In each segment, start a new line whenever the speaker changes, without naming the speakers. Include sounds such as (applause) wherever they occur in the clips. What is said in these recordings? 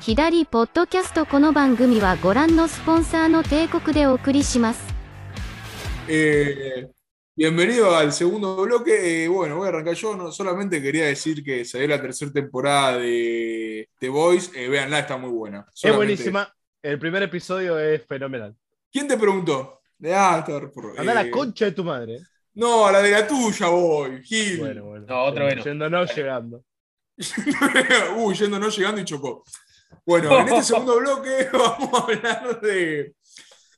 左ポッドキャストこの番組はご覧のスポンサーの帝国でお送りします。
Eh, bienvenido al segundo bloque. Eh, bueno, voy a arrancar yo. No, solamente quería decir que salió la tercera temporada de The Voice. Eh, véanla, está muy buena.
Es
Solamente-
buenísima. El primer episodio es fenomenal.
¿Quién te preguntó? De Astor. por-
Anda a
eh,
la concha de tu madre.
No, a la de la tuya voy, Gil.
Bueno, bueno.
No, otra vez no.
Yendo no llegando.
(laughs) Uy, yendo no llegando y chocó. Bueno, en este segundo bloque (laughs) vamos a hablar de.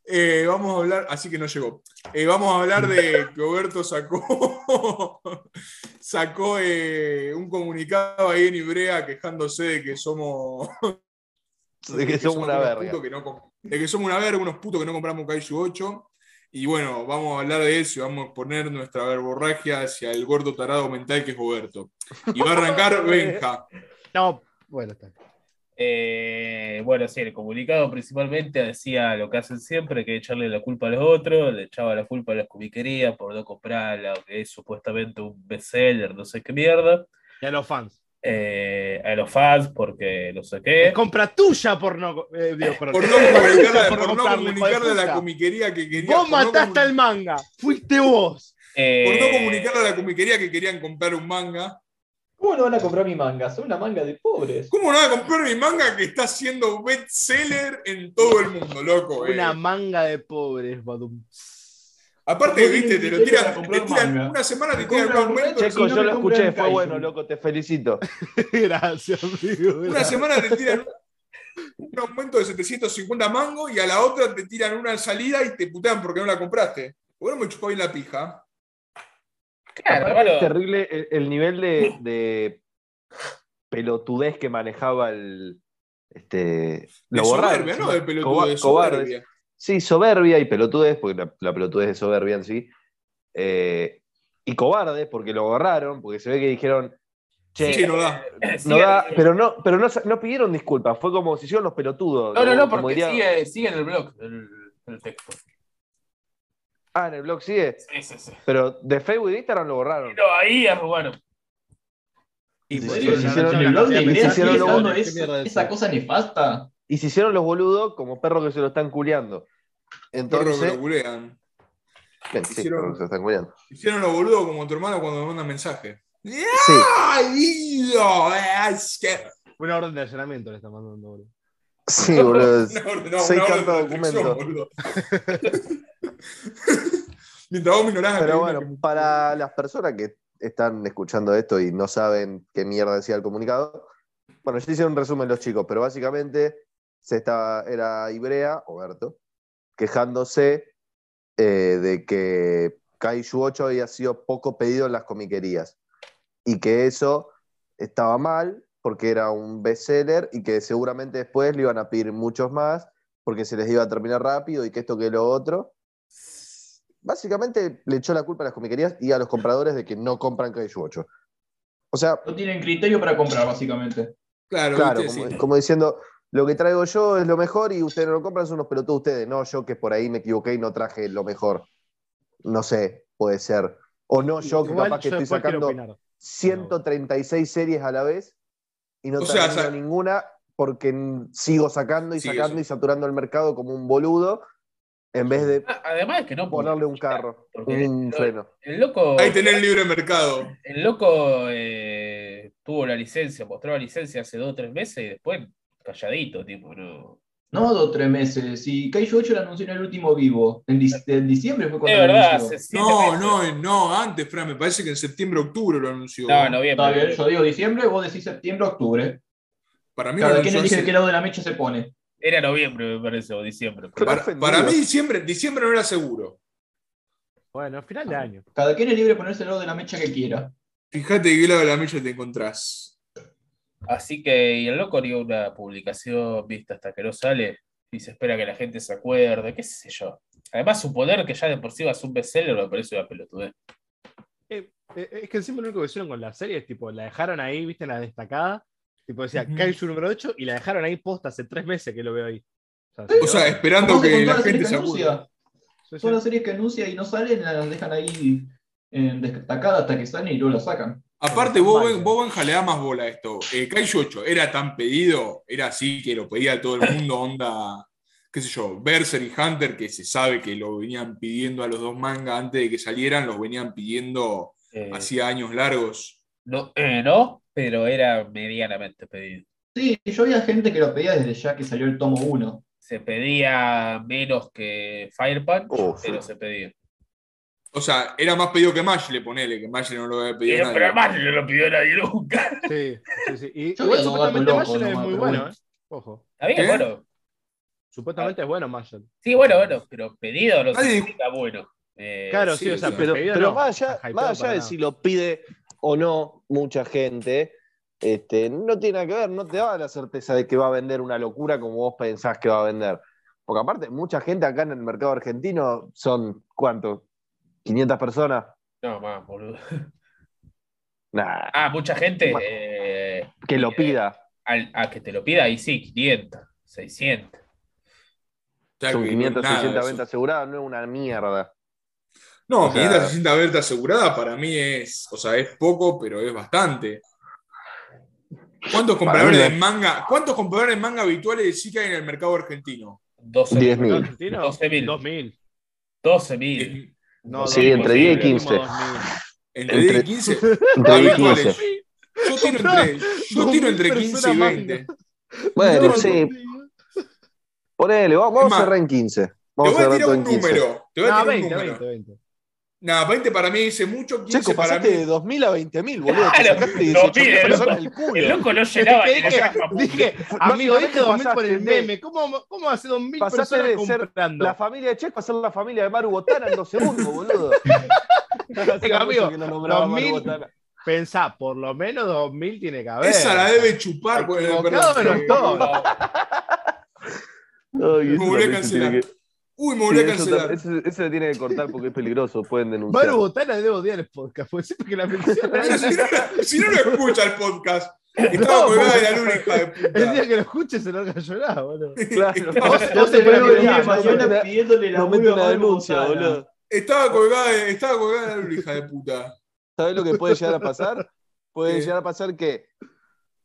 eh, vamos a hablar, así que no llegó. Eh, vamos a hablar de que Oberto sacó, (laughs) sacó eh, un comunicado ahí en Ibrea quejándose de que somos.
(laughs) De que somos una
unos
verga.
putos que no com- de que somos una verga, unos putos que no compramos Kaiju 8. Y bueno, vamos a hablar de eso y vamos a poner nuestra verborragia hacia el gordo tarado mental que es Roberto. Y va a arrancar Benja.
No, bueno, está. bien.
Eh, bueno, sí, el comunicado principalmente decía lo que hacen siempre, que echarle la culpa a los otros, le echaba la culpa a las cubiquerías por no comprar lo que es supuestamente un bestseller, no sé qué mierda,
Y a los fans.
eh, a los fans porque no sé qué.
Es compra tuya por no. eh, digo, perdón. (laughs)
Por no
Es compra tuya
comunicarle,
por
por
no
no
comprarle, hijo de
comunicarle a la
puta.
comiquería que quería.
Vos
por no
mataste
comu-
al manga. Fuiste vos.
Por no
Eh,
comunicarle a la comiquería que querían comprar un manga.
¿Cómo no van a comprar mi manga? Son una manga de pobres.
¿Cómo no va a comprar mi manga que está siendo bestseller en todo el mundo, loco? eh?
Una manga de pobres, Badum. (laughs)
Aparte,
No
viste,
tienen
te lo
criterio
tiran,
para
te
comprar
tiran
manga.
una semana, te
Compran
tiran Brown
borracha
Man, pero
Checo,
Checo,
si no
yo
me
lo
compran
escuché, fue
Kaiju.
bueno, loco,
(laughs)
te felicito.
Gracias, amigo.
Una semana te tiran un (laughs) aumento de 750 mango y a la otra te tiran una salida y te putean porque no la compraste. ¿Por qué no me chupó bien la pija?
claro,
Aparte,
bueno, eh,
es terrible el, el nivel de, de pelotudez que manejaba el. Este,
De
lo borraron.
soberbia, ¿no? De pelotudo,
Coba-
de
cobardes.
soberbia.
Sí, soberbia y pelotudez, porque la, la pelotudez es soberbia en sí. Eh, y cobarde, porque lo borraron, porque se ve que dijeron. Che,
Sí, no da.
no
siguen-
da, pero no, pero no, sa- no pidieron disculpas, fue como si hicieron los pelotudos.
no, no, no,
como- como
porque
diría-
sigue, sigue en el blog el, el texto.
Ah, en el blog sigue.
Sí, sí, sí.
Pero de Facebook y de Instagram lo borraron.
No, ahí arrugaron.
Y
Sí,
por
sí,
eso
sí,
ya
sí,
no
sí,
llegan
sí,
a
sí,
pensar
sí, hicieron
que
lo
son
bueno.
de esa mierda de
esa
ser.
cosa nefasta.
Y se hicieron los boludos como perros que se lo están culeando.
Perro que lo
Entonces,
culean.
Bien, sí,
hicieron-
perros que se lo están culeando.
Hicieron los boludos como tu hermano cuando me manda mensaje.
Sí,
¡Ay, no! ¡Ay, es que-
Una orden de allanamiento le está mandando, boludo.
(laughs) sí, boludo.
No, no, no,
Seis
una
cartas
orden
de
restricción, boludo.
documento.
(laughs) Mientras vos minorás
Pero
hay una
bueno, para las personas que están escuchando esto y no saben qué mierda decía el comunicado, bueno, yo hice un resumen los chicos, pero básicamente se estaba, era Ibrea, Oberto, quejándose eh, de que Kaiju 8 había sido poco pedido en las comiquerías y que eso estaba mal porque era un bestseller y que seguramente después le iban a pedir muchos más porque se les iba a terminar rápido y que esto que lo otro básicamente le echó la culpa a las comiquerías y a los compradores de que no compran Kaiju 8. O sea,
No tienen criterio para comprar, básicamente.
Claro,
claro,
viste,
como,
sí.
como diciendo, lo que traigo yo es lo mejor y ustedes no lo compran, son unos pelotudos ustedes, no yo que por ahí me equivoqué y no traje lo mejor. No sé, puede ser. O no yo que
Igual
capaz que
yo
estoy
después quiero
sacando
opinar.
136 series a la vez y no
O sea,
termino
sa-
ninguna porque n- sigo sacando y
Sí,
sacando
eso.
y saturando el mercado como un boludo en vez de
Ah, Además que no
ponerle un carro,
Porque
un
lo-
freno.
El loco.
Ahí tenés el libre mercado.
El loco eh, tuvo la licencia, mostró la licencia hace dos o tres meses y después calladito, tipo, no.
No, dos o tres meses. Si Kaiju 8 lo anunció en el último vivo. En, dic- en diciembre fue
Es
cuando lo
verdad,
anunció.
hace siete
No,
meses.
no, no, antes, Fran, me parece que en septiembre, octubre lo anunció.
No, noviembre.
Está bien, yo digo diciembre, vos decís septiembre, octubre.
Para mí, lo
Cada quien
anunció
elige
hace-
de qué lado de la mecha se pone.
Era noviembre, me parece, o diciembre.
Pero
para,
ofendido.
para mí diciembre, diciembre no era seguro.
Bueno, final
Ah.
de año.
Cada quien es libre de ponerse el lado de la mecha que quiera.
Fíjate de qué lado de la milla te encontrás.
Así que, y el loco dio una publicación, vista hasta que no sale, y se espera que la gente se acuerde, qué sé yo. Además, suponer que ya de por sí va a ser un bestseller me parece una pelotudez.
Eh, Es que encima lo único que hicieron con la serie es tipo, la dejaron ahí, viste, en la destacada. Tipo, decía
Ujú.
Kaiju número 8 y la dejaron ahí posta hace tres meses que lo veo ahí. O
O
quedó.
sea, esperando
Vamos con
que
todas
la
las
gente
series
se
que
acuerde.
anuncia.
Sí, sí.
Todas las series que anuncia y no salen, las dejan ahí en destacada hasta que salen y luego las sacan.
Aparte, Bowen, Bowen jalea más bola a esto. Eh, Kaiju 8 era tan pedido, era así que lo pedía todo el mundo, onda, qué sé yo, Berser y Hunter, que se sabe que lo venían pidiendo a los dos mangas antes de que salieran, los venían pidiendo
Eh,
hacía años largos.
no, eh, no, pero era medianamente pedido.
Sí, yo había gente que lo pedía desde ya que salió el tomo 1.
Se pedía menos que Fire Punch,
Oh, sí.
pero se pedía.
O sea, era más pedido que Mashle, ponele, que Mashle no lo había pedido
Pero,
nadie.
pero además no lo pidió nadie nunca.
Sí, sí, sí. Y,
Yo
igual
veo datos
supuestamente
locos
Marshall es
nomás,
muy
pero
bueno,
bueno.
¿eh? Ojo.
(laughs) Está bien,
¿Qué?
bueno.
Supuestamente es bueno Marshall.
Sí, bueno, bueno, pero pedido no
Nadie-
significa bueno. Eh,
Claro, sí,
sí,
o sea,
sí.
Pero,
pedido
pero
no,
más allá,
hypeado
más allá
para
de
nada.
si lo pide o no mucha gente, este, no tiene nada que ver, no te da la certeza de que va a vender una locura como vos pensás que va a vender. Porque aparte, mucha gente acá en el mercado argentino son, ¿cuántos? ¿500 personas?
No, más, boludo.
Nah,
Ah, mucha gente
Ma-
eh,
que lo pida.
al- a que te lo pida, ahí sí, 500, 600.
O sea,
Son
que
500,
nada de
600
eso.
ventas aseguradas, no es una mierda.
No,
O sea-
560 ventas asegurada para mí es, o sea, es poco, pero es bastante. ¿Cuántos compradores
Para
de
mí
manga, cuántos compradores de manga habituales decís que hay en el mercado argentino?
12
10.000.
¿No,
mil.
argentino?
12.000.
2000.
12.000.
En-
No,
Sí,
2000,
entre 10 y
mínimo
15.
2000.
Entre 10 y 15.
(laughs) Entre 10 y 15.
habituales. Yo tiro entre, yo tiro entre 15 y 20.
Bueno,
No,
sí, ponele, vamos,
Es
vamos a
más,
cerrar en 15.
Te voy
Vamos a
a
cerrar
tirar
todo
un
en 15.
número. Te voy a
No,
tirar un
20,
número.
20, 20.
Nada, 20 para mí dice mucho, 15
Checo,
para
pasaste de
mí.
2.000 a 20.000, boludo. Te
Claro,
sacaste 18.000
2000,
personas
loco.
del culo.
El loco no llenaba ni la
(laughs) Dije,
caja pública.
dije, amigo, dije
solamente
2000 por el
pasaste de-
meme. ¿Cómo, cómo hace 2000
Pasaste
personas
de ser
comprando?
La familia de Checo a ser la familia de Maru Botana en dos
(laughs)
segundos, boludo. (laughs)
Venga, amigo,
que no nombraba a Maru
2000.
Botana.
Pensá, por lo menos 2000 tiene que haber.
Esa la debe chupar. bueno,
Equivocado
perdón.
en octavo.
Ay,
Me
eso
volví a
también se tiene
cancelar.
que-
Uy, me volví a
Sí, eso
cancelar.
tam- Eso eso se tiene que cortar porque es peligroso, pueden denunciar.
Maru Botana debo odiar el podcast, porque siempre que
(laughs)
la menciona
Pero si, no, si no lo escucha el podcast, estaba
No,
colgada de
porque-
la luna, hija de
el día
puta.
que lo escuche se larga a llorar, boludo.
(laughs) (laughs) Claro.
No
No
se puede
se veo el día
olvidar,
de
no me-
mañana pidiéndole la
No mete una
mano
denuncia, boludo.
Estaba colgada, de- estaba colgada de la luna, hija de puta.
¿Sabés lo que puede llegar a pasar? Puede
¿Qué?
llegar a pasar que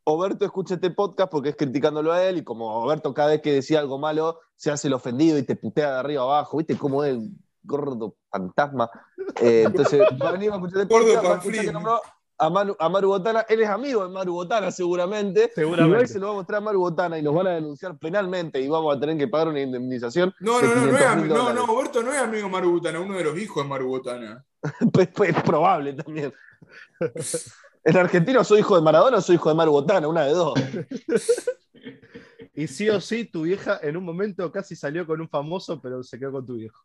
Oberto escuche este podcast porque es criticándolo a él y como Oberto cada vez que decía algo malo se hace el ofendido y te putea de arriba abajo, ¿viste cómo es el gordo fantasma? Eh,
(laughs)
entonces, va a venir a escuchar este
Gordo
podcast, va a escuchar
panflín.
que nombró a, Manu- a Maru Botana, él es amigo de Maru Botana seguramente, y va y
Seguramente.
se lo va a mostrar a Maru Botana y nos van a denunciar penalmente y vamos a tener que pagar una indemnización,
No,
De
no, no, no,
500.000
es ami- no,
dólares.
no, Berto no es amigo de Maru Butana, uno de los hijos de Maru Butana.
es, Pues, es probable también. En argentino soy hijo de Maradona o soy hijo de Maru Botana, una de dos.
Y sí o sí, tu vieja en un momento casi salió con un famoso, pero se quedó con tu viejo.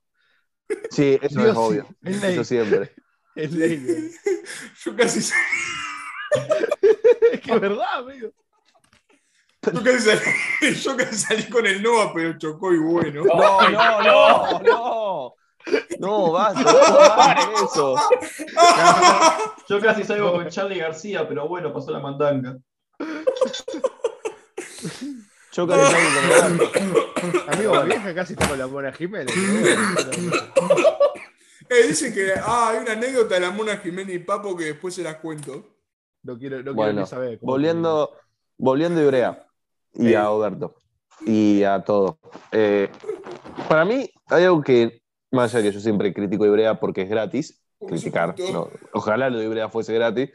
(laughs)
Sí, eso
Dios,
es obvio.
sí, es ley.
Eso siempre.
Es ley, boludo.
Yo casi, sal-
Es que es verdad, amigo.
yo casi, salí, (laughs) yo casi salí con el Nova, pero chocó y bueno.
(laughs) No, no, no, no. No, vas, no vas con eso.
Yo casi salgo con Charlie García, pero bueno, pasó la mandanga.
Yo casi salgo con el
Amigo, mi vieja casi está con la Mona Jiménez. pero bueno.
Eh, dicen que ah, hay una anécdota de la Mona Jiménez y Papo que después se las cuento.
No quiero, no quiero
Bueno,
ni saber. cómo-
Volviendo, volviendo a Ibrea y a Oberto y a todo. Eh, para mí, hay algo que, más allá de que yo siempre critico a Ibrea porque es gratis, criticar, no, ojalá lo de Ibrea fuese gratis,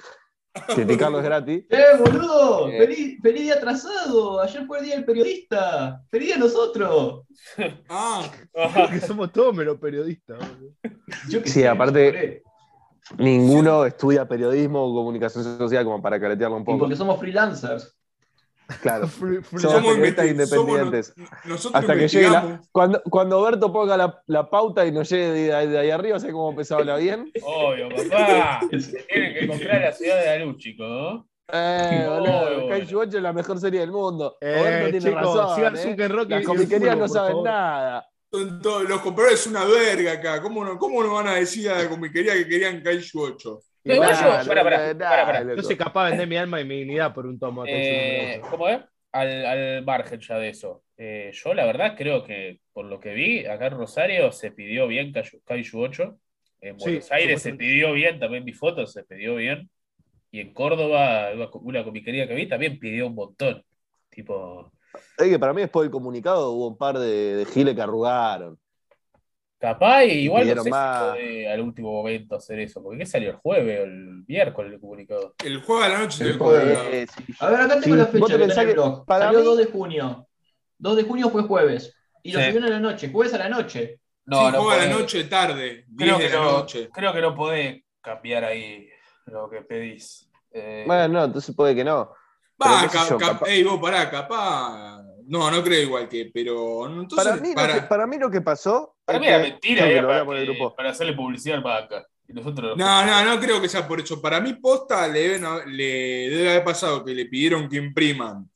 criticarlo es gratis.
¡Eh, boludo!
Eh.
¡Feliz, feliz día atrasado! Ayer fue el día del periodista. ¡Feliz día a nosotros!
Ah,
Que somos todos menos periodistas. boludo.
Yo qué
Sí,
sé,
aparte-
yo creo.
Ninguno estudia periodismo o comunicación social como para caletearlo un
Y
poco.
porque somos freelancers.
(laughs)
Claro.
Fru- fru-
Somos
somos
periodistas
investi-
independientes.
somos no- nosotros
Hasta que llegue la,
investigamos.
cuando, cuando Berto ponga la, la pauta y nos llegue de, ahí- de ahí arriba, sé cómo empezó a hablar bien.
Obvio, papá.
Es-
Tienen que comprar la ciudad de la luz, chicos.
Eh,
No,
boludo,
bueno.
Kaiju 8 es la mejor serie del mundo. Berto
Eh,
tiene
chicos,
razón.
sigan
eh.
Zuckerrock y- y
Las
el
comiquerías
fútbol,
no
por
saben
favor.
nada.
Son todos- los compradores es una verga acá. ¿Cómo no, cómo no van a decir a la comiquería que querían Kaiju 8?
Y
Igual
nada,
yo-
Nada,
yo,
pará, pará,
no saben
pará,
nada,
pará.
loco.
soy capaz de vender mi alma y mi dignidad por un tomo. de
Eh,
Kaiju.
¿Cómo es? Al, al margen ya de eso. Eh, yo la verdad creo que por lo que vi, acá en Rosario se pidió bien Kaiju Kaiju 8. En
Sí,
Buenos Aires se
supuestamente.
pidió bien, también vi fotos, se pidió bien. Y en Córdoba, una co- una comiquería que vi también pidió un montón. Tipo,
Es que para mí después del comunicado hubo un par de, de giles que arrugaron.
capaz, y igual no
Pidieron
sé si
más.
fue al último momento hacer eso, porque ¿qué salió el jueves o el miércoles el comunicado?
El juego de la noche.
El
te-
juego de la
Eh, sí.
A ver, acá tengo
Sí,
la
vos
fecha
te
que
pensás
tenés,
que
bro.
para
Salió
mí-
2 de junio. 2 de junio fue jueves. Y lo
Sí.
subieron a la noche, jueves a la noche.
sí,
No, no
juego a
podés.
la noche tarde, 10
Creo
de
que,
la
no,
noche.
creo que no podés cambiar ahí lo que pedís. Eh,
Bueno, no, entonces puede que no.
Va,
Pero qué sé
cap-
yo,
cap-
capaz-
ey, vos pará, capaz. No, no creo igual que, pero. Entonces,
para, mí,
pará.
Lo que, para mí lo que pasó.
para
es
mí era
que-
mentira,
creo que
era
lo
para,
hablamos en el
que-
grupo.
para hacerle publicidad al banca. Y nosotros
No, no, no creo que sea por hecho. Para mí, posta, le, deben haber- le debe haber pasado que le pidieron que impriman.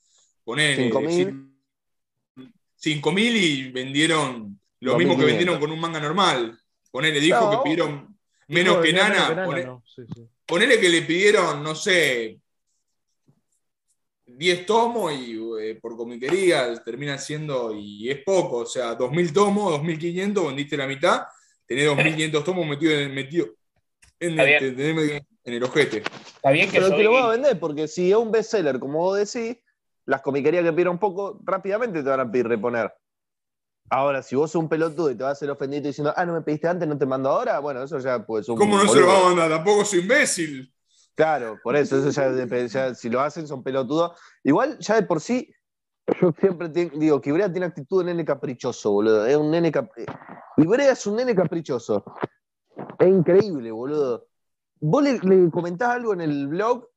Poner
5.000.
5.000 y vendieron lo mismo que
2.500.
vendieron con un manga normal. Ponele, dijo
No.
que pidieron menos que
Menos
nana. Pone-
no, sí, sí.
Ponele que le pidieron, no sé, 10 tomos y eh, por comiquería termina siendo, y es poco, o sea, 2.000 tomos, 2.500, vendiste la mitad, tenés 2.500 tomos metido en, metido en,
Está
el,
bien.
tenés metido en el ojete.
Está bien que
Pero
yo
te lo
vi-
vas a vender, porque si es un bestseller, como vos decís, las comiquerías que pidieron poco, rápidamente te van a pedir reponer. Ahora, si vos sos un pelotudo y te vas a hacer ofendido diciendo, ah, no me pediste antes, no te mando ahora, bueno, eso ya pues un.
¿Cómo no se lo
boludo.
va a mandar? Tampoco soy imbécil.
Claro, por eso, eso ya, dep- ya si lo hacen son pelotudos. Igual, ya de por sí, yo siempre te- digo que Ibrea tiene actitud de nene caprichoso, boludo. Es un nene cap- Ibrea es un nene caprichoso. Es increíble, boludo. Vos le, le comentás algo en el blog,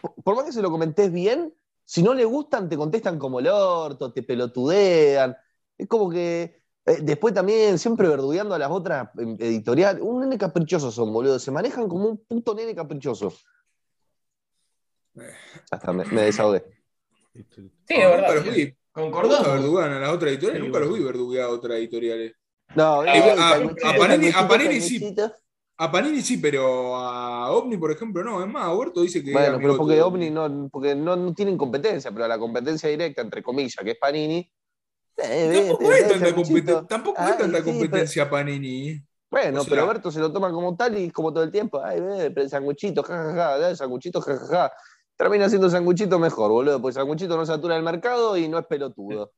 po- por más que se lo comentés bien, si no le gustan, te contestan como el orto, te pelotudean. Es como que. eh, después también, siempre verdugueando a las otras eh, editoriales. Un nene caprichoso son, boludo. Se manejan como un puto nene caprichoso. Hasta me, me desahogué.
Listo, listo.
Sí, es
Nunca
verdad.
los vi. Nunca
¿Concordamos?
verdugan a la otra editorial,
Sí,
nunca los
bueno.
vi verdugar a otra editorial.
No,
Ah,
igual,
a-
Calmuchito,
a
Panini-
Calmuchito,
a Panini sí.
Calmuchito.
A Panini sí, pero a OVNI, por ejemplo, no. Es más, Huerto dice que. es
Bueno,
amigo
pero porque
tuyo.
OVNI no, porque no, no tienen competencia, pero la competencia directa, entre comillas, que es Panini. eh,
Tampoco
eh,
es
eh,
tanta,
Calmuchito.
competen- tampoco es
Ay,
tanta
sí,
competencia Panini.
Bueno,
O sea-
pero Berto se lo toma como tal y es como todo el tiempo. Ay, ve, pero el sanguchito, jajaja, ja, el sanguchito, jajaja. Termina siendo sanguchito mejor, boludo, porque sanguchito no satura el mercado y no es pelotudo.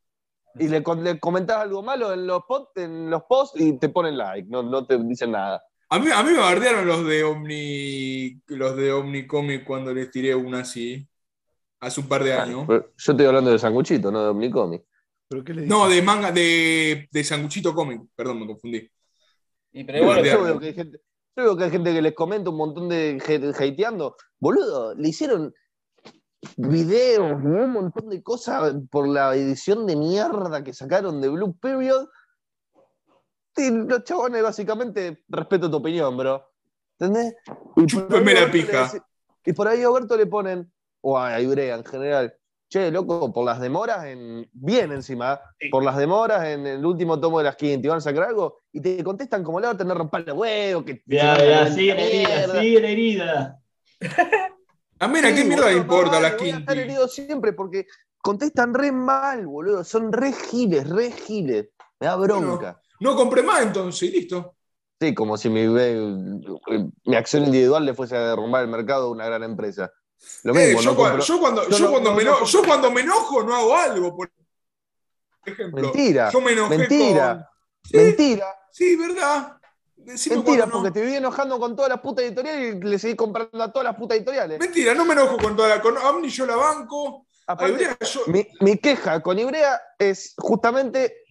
Y le, con- le comentás algo malo en los, pod- en los posts y te ponen like, no, no te dicen nada.
A mí, a mí me bardearon los de Omni, los de Omnicomic cuando les tiré una así. Hace un par de años.
Pero yo estoy hablando de sanguchito, no de Omnicomi.
¿Pero qué le
No,
dije?
de manga, de, de Sanguchito Comic, perdón, me confundí.
Y pero
Yo,
bueno,
Guardia.
yo veo que hay gente, yo veo que hay gente que les comenta un montón de ge- hateando. Boludo, le hicieron videos, un montón de cosas por la edición de mierda que sacaron de Blue Period. Y los chabones básicamente, respeto tu opinión, bro. ¿Entendés? Y por
Chúpeme
ahí
la
a Berto le
pija.
deci- Y por ahí a Alberto le ponen, o a Ibrea en general, che, loco, por las demoras en. Bien encima, ¿eh?
Sí.
por las demoras en el último tomo de las 500, van a sacar algo, y te contestan como la otra, no rompan los huevos, que.
Ya,
que-
ya, sigue la herida,
mierda".
sigue la herida.
A mí, ¿a
Sí,
qué mierda
boludo,
importa
más
las
vale, voy a estar
Quinti?
herido siempre porque contestan re mal, boludo. Son re giles, re giles. Me da bronca.
No compré más entonces, y listo.
Sí, como si mi, eh, mi acción individual le fuese a derrumbar el mercado de una gran empresa. Lo
Eh,
mismo,
yo,
no
cua-
compro-
yo cuando,
yo
yo
no-
cuando
no-
me
no
eno-
compro-
yo cuando me enojo no hago algo, por ejemplo.
Mentira,
Yo me enojé
mentira.
con. Sí,
Mentira,
sí, verdad. Decime
mentira,
cuándo no.
porque te viví enojando con todas las putas editoriales y le seguí comprando a todas las putas editoriales.
Mentira, no me enojo con toda la. Con Omni yo la banco. A
Aparte,
Ibrea yo.
Mi, mi queja con Ibrea es justamente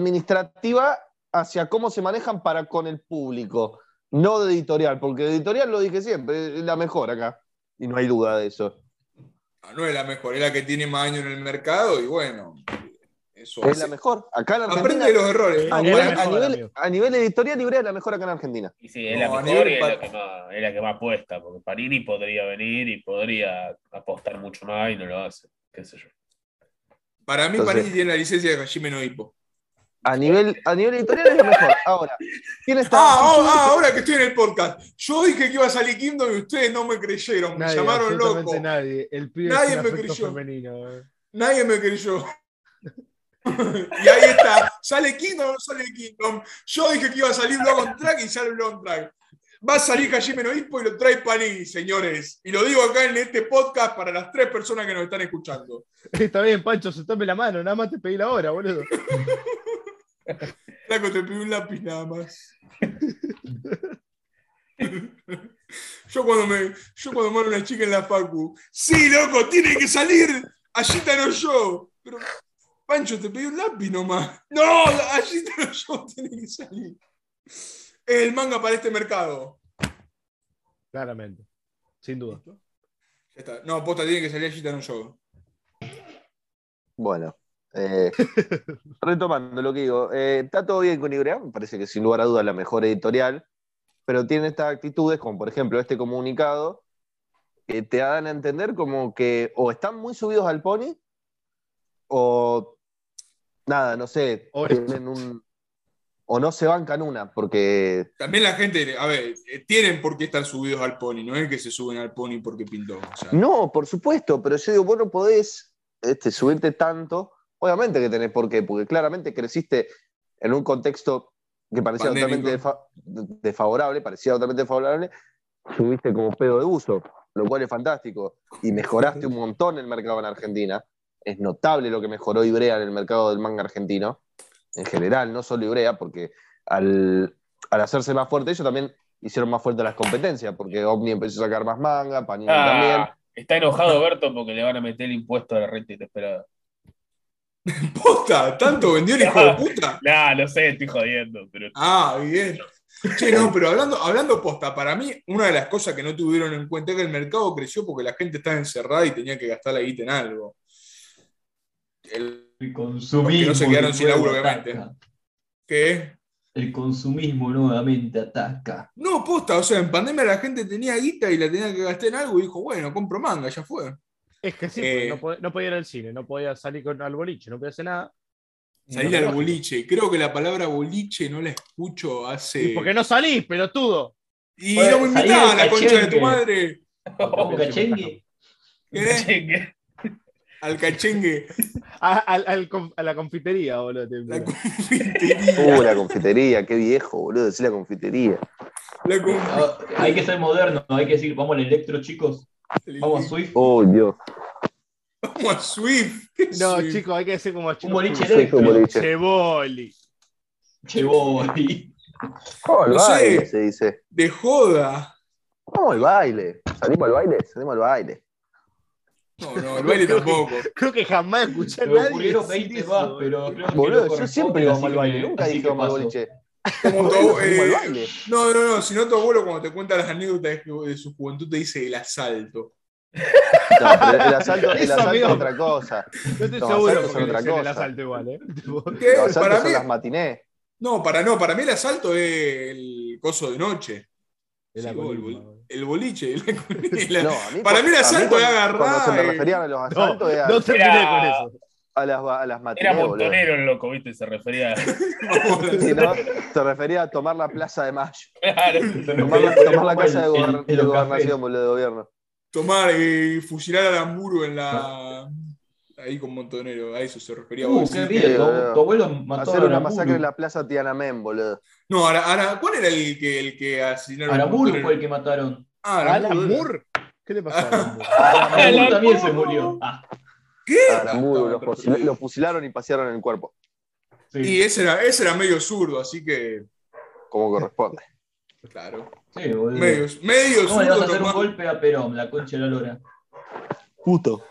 administrativa hacia cómo se manejan para con el público, no de editorial, porque de editorial lo dije siempre, es la mejor acá, y no hay duda de eso.
No es la mejor, es la que tiene más años en el mercado y bueno. Eso
Es la
hace.
mejor. Acá en
Aprende de
Argentina, Ah,
los errores. ¿eh?
a
Es
¿no?
la
nivel,
mejor,
a nivel-
amigo.
a nivel editorial, Ibrea es la mejor acá en Argentina.
y sí, es
No,
la
a
mejor
nivel
y es
par-
la, que más, es la que más apuesta, porque Panini podría venir y podría apostar mucho más y no lo hace, qué sé yo.
Para mí,
Entonces-
Panini tiene la licencia de Hajime no Hippo.
A nivel, a nivel editorial es la mejor. Ahora, ¿quién está?
Ah, oh, ah, ahora que estoy en el podcast. Yo dije que iba a salir Kingdom y ustedes no me creyeron. Me
Nadie,
llamaron
absolutamente
loco.
Nadie, el pibe
Nadie
es un
me
afecto
creyó.
femenino. eh. (laughs)
Nadie me creyó. (laughs) y ahí está. Sale Kingdom o no sale Kingdom. Yo dije que iba a salir Blood on Track y sale Blood on Track. Va a salir Hajime no Ippo y lo trae Panini, señores. Y lo digo acá en este podcast para las tres personas que nos están escuchando.
Está bien, Pancho, soltame la mano, nada más te pedí la hora, boludo.
Flaco, te pedí un lápiz nada más. Yo cuando me yo cuando muero una chica en la facu, sí, loco, tiene que salir Ayita no yo. Pero Pancho, te pedí un lápiz nomás. No, Ayita no yo tiene que salir. El manga para este mercado.
Claramente. Sin duda.
Ya está. No, posta, tiene que salir Ayita no yo.
Bueno.
(laughs)
eh, retomando lo que digo, eh, está todo bien con Ibrea, me parece que sin lugar a dudas la mejor editorial, pero tiene estas actitudes, como por ejemplo este comunicado, que te dan a entender como que o están muy subidos al pony, o nada, no sé,
O es-
tienen un, o no se bancan una, porque
También la gente, a ver, eh, tienen por qué estar subidos al pony, no es que se suben al pony porque pintó. o sea.
No, por supuesto, pero yo digo, vos no podés este, subirte tanto. Obviamente que tenés por qué, porque claramente creciste en un contexto que parecía
Pandémico.
totalmente defa- desfavorable, parecía totalmente desfavorable, subiste como pedo de uso, lo cual es fantástico, y mejoraste un montón el mercado en Argentina. Es notable lo que mejoró Ibrea en el mercado del manga argentino, en general, no solo Ibrea, porque al, al hacerse más fuerte ellos también hicieron más fuerte las competencias, porque Omni empezó a sacar más manga, Panini también.
Ah, está enojado Berto porque le van a meter el impuesto a la renta inesperada.
Posta, tanto vendió el hijo de puta.
Nah, lo sé, estoy jodiendo, pero
Ah, bien. Che, no, pero hablando, hablando posta, para mí una de las cosas que no tuvieron en cuenta es que el mercado creció porque la gente estaba encerrada y tenía que gastar la guita en algo. El-
El consumismo.
Los que no se quedaron sin laburo,
nuevo
obviamente.
ataca.
¿Qué?
El consumismo nuevamente ataca.
No, posta, o sea, en pandemia la gente tenía guita y la tenía que gastar en algo y dijo, bueno, compro manga, ya fue.
Es que sí,
Eh.
no, pod- no podía ir al cine, no podía salir con, al boliche, no podía hacer nada.
Salir al boliche. Creo que la palabra boliche no la escucho hace.
Y porque no salís, pelotudo.
Y
Bueno,
no me
salir
invitaba a la
al
concha de tu
cachengue.
madre.
Un cachengue.
¿Qué?
Cachengue.
Al cachengue.
A, al- al conf- a la confitería, boludo. te-
La confitería.
Uh, la confitería, qué viejo, boludo, decir la confitería.
(laughs) La confi-
Ah, Hay que ser moderno, hay que decir, vamos al electro, chicos. Vamos a Swift.
Oh, Dios.
Como a Swift.
No,
Sí.
chicos, hay que decir como
Un
chicos.
boliche
Sí,
electro.
como le dije.
Cheboli.
Llevó ahí.
Vamos al
No sé.
baile, se dice.
De joda.
Vamos al baile. ¿Salimos al baile? Salimos al baile.
No, no, el baile tampoco.
Creo que jamás escuché a
Se me
nadie.
ocurrieron
decir
20
eso, eh.
más,
boludo.
pero creo que no
Boludo, yo
corresponde,
siempre íbamos
así
al
que-
baile, nunca
así que
dije vamos al
paso.
boliche.
Como tu
Bueno,
abu-
salimos al
eh,
baile.
no, no, no, si no tu abuelo cuando te cuenta las anécdotas de su- de su juventud te dice el asalto.
No, pero el asalto, el
Eso,
asalto
amigo.
es otra cosa.
Yo estoy
Los
seguro porque
asaltos son
le
otra
hicieron el
cosa.
asalto igual, (laughs) ¿eh? Tipo,
¿Qué?
Los asaltos
Para
son
mí,
las matinés.
no, para no, para mí el asalto es el coso de noche.
de la
Sí, vos, el,
columna,
bol-
boludo.
el boliche. la columna, la-
No, a mí
para
cu-
mí el
a
asalto
cuando-
es agarrar,
Cuando se me
eh.
referían a los
No,
asaltos, era
no terminé con
Era-
eso.
a las, a las
Era
matinés, boludo. (laughs)
montonero el loco, ¿viste? Se refería
(laughs)
a. (laughs)
vamos a-
Sí, ¿no? Se refería a tomar la plaza
(laughs)
de Mayo.
Claro.
Tomar la, tomar la casa de,
En-
gober-
en
de
los
gobernación,
cafés.
boludo, de gobierno.
tomar y fusilar al Hamburgo en la. Ahí con Montonero, a eso se refería.
Uh,
vos,
qué
sí.
Sí,
bien, tu,
boludo.
tu abuelo mató
Hacer
a
una
Aramburu.
masacre en la plaza Tiananmen, boludo.
No, ahora, ahora, ¿cuál era el que, el que asesinaron? a
Aramburu
Montonero?
fue el que mataron.
Ah,
¿Alan
Aramburu era.
Moore? ¿Qué le pasó a Alan Moore?
Aramburu
Aramburu.
también se murió. Ah,
¿Qué?
Aramburu,
Ah,
los,
estaba
fusil-
perdido.
los fusilaron y pasearon el cuerpo,
Y
sí,
ese era, ese era medio zurdo, así que.
como corresponde.
Claro.
sí, boludo.
Medio, medio
¿Cómo le vas
zurdo
a hacer un
nomás.
golpe a Perón, la concha de la lora?
Puto.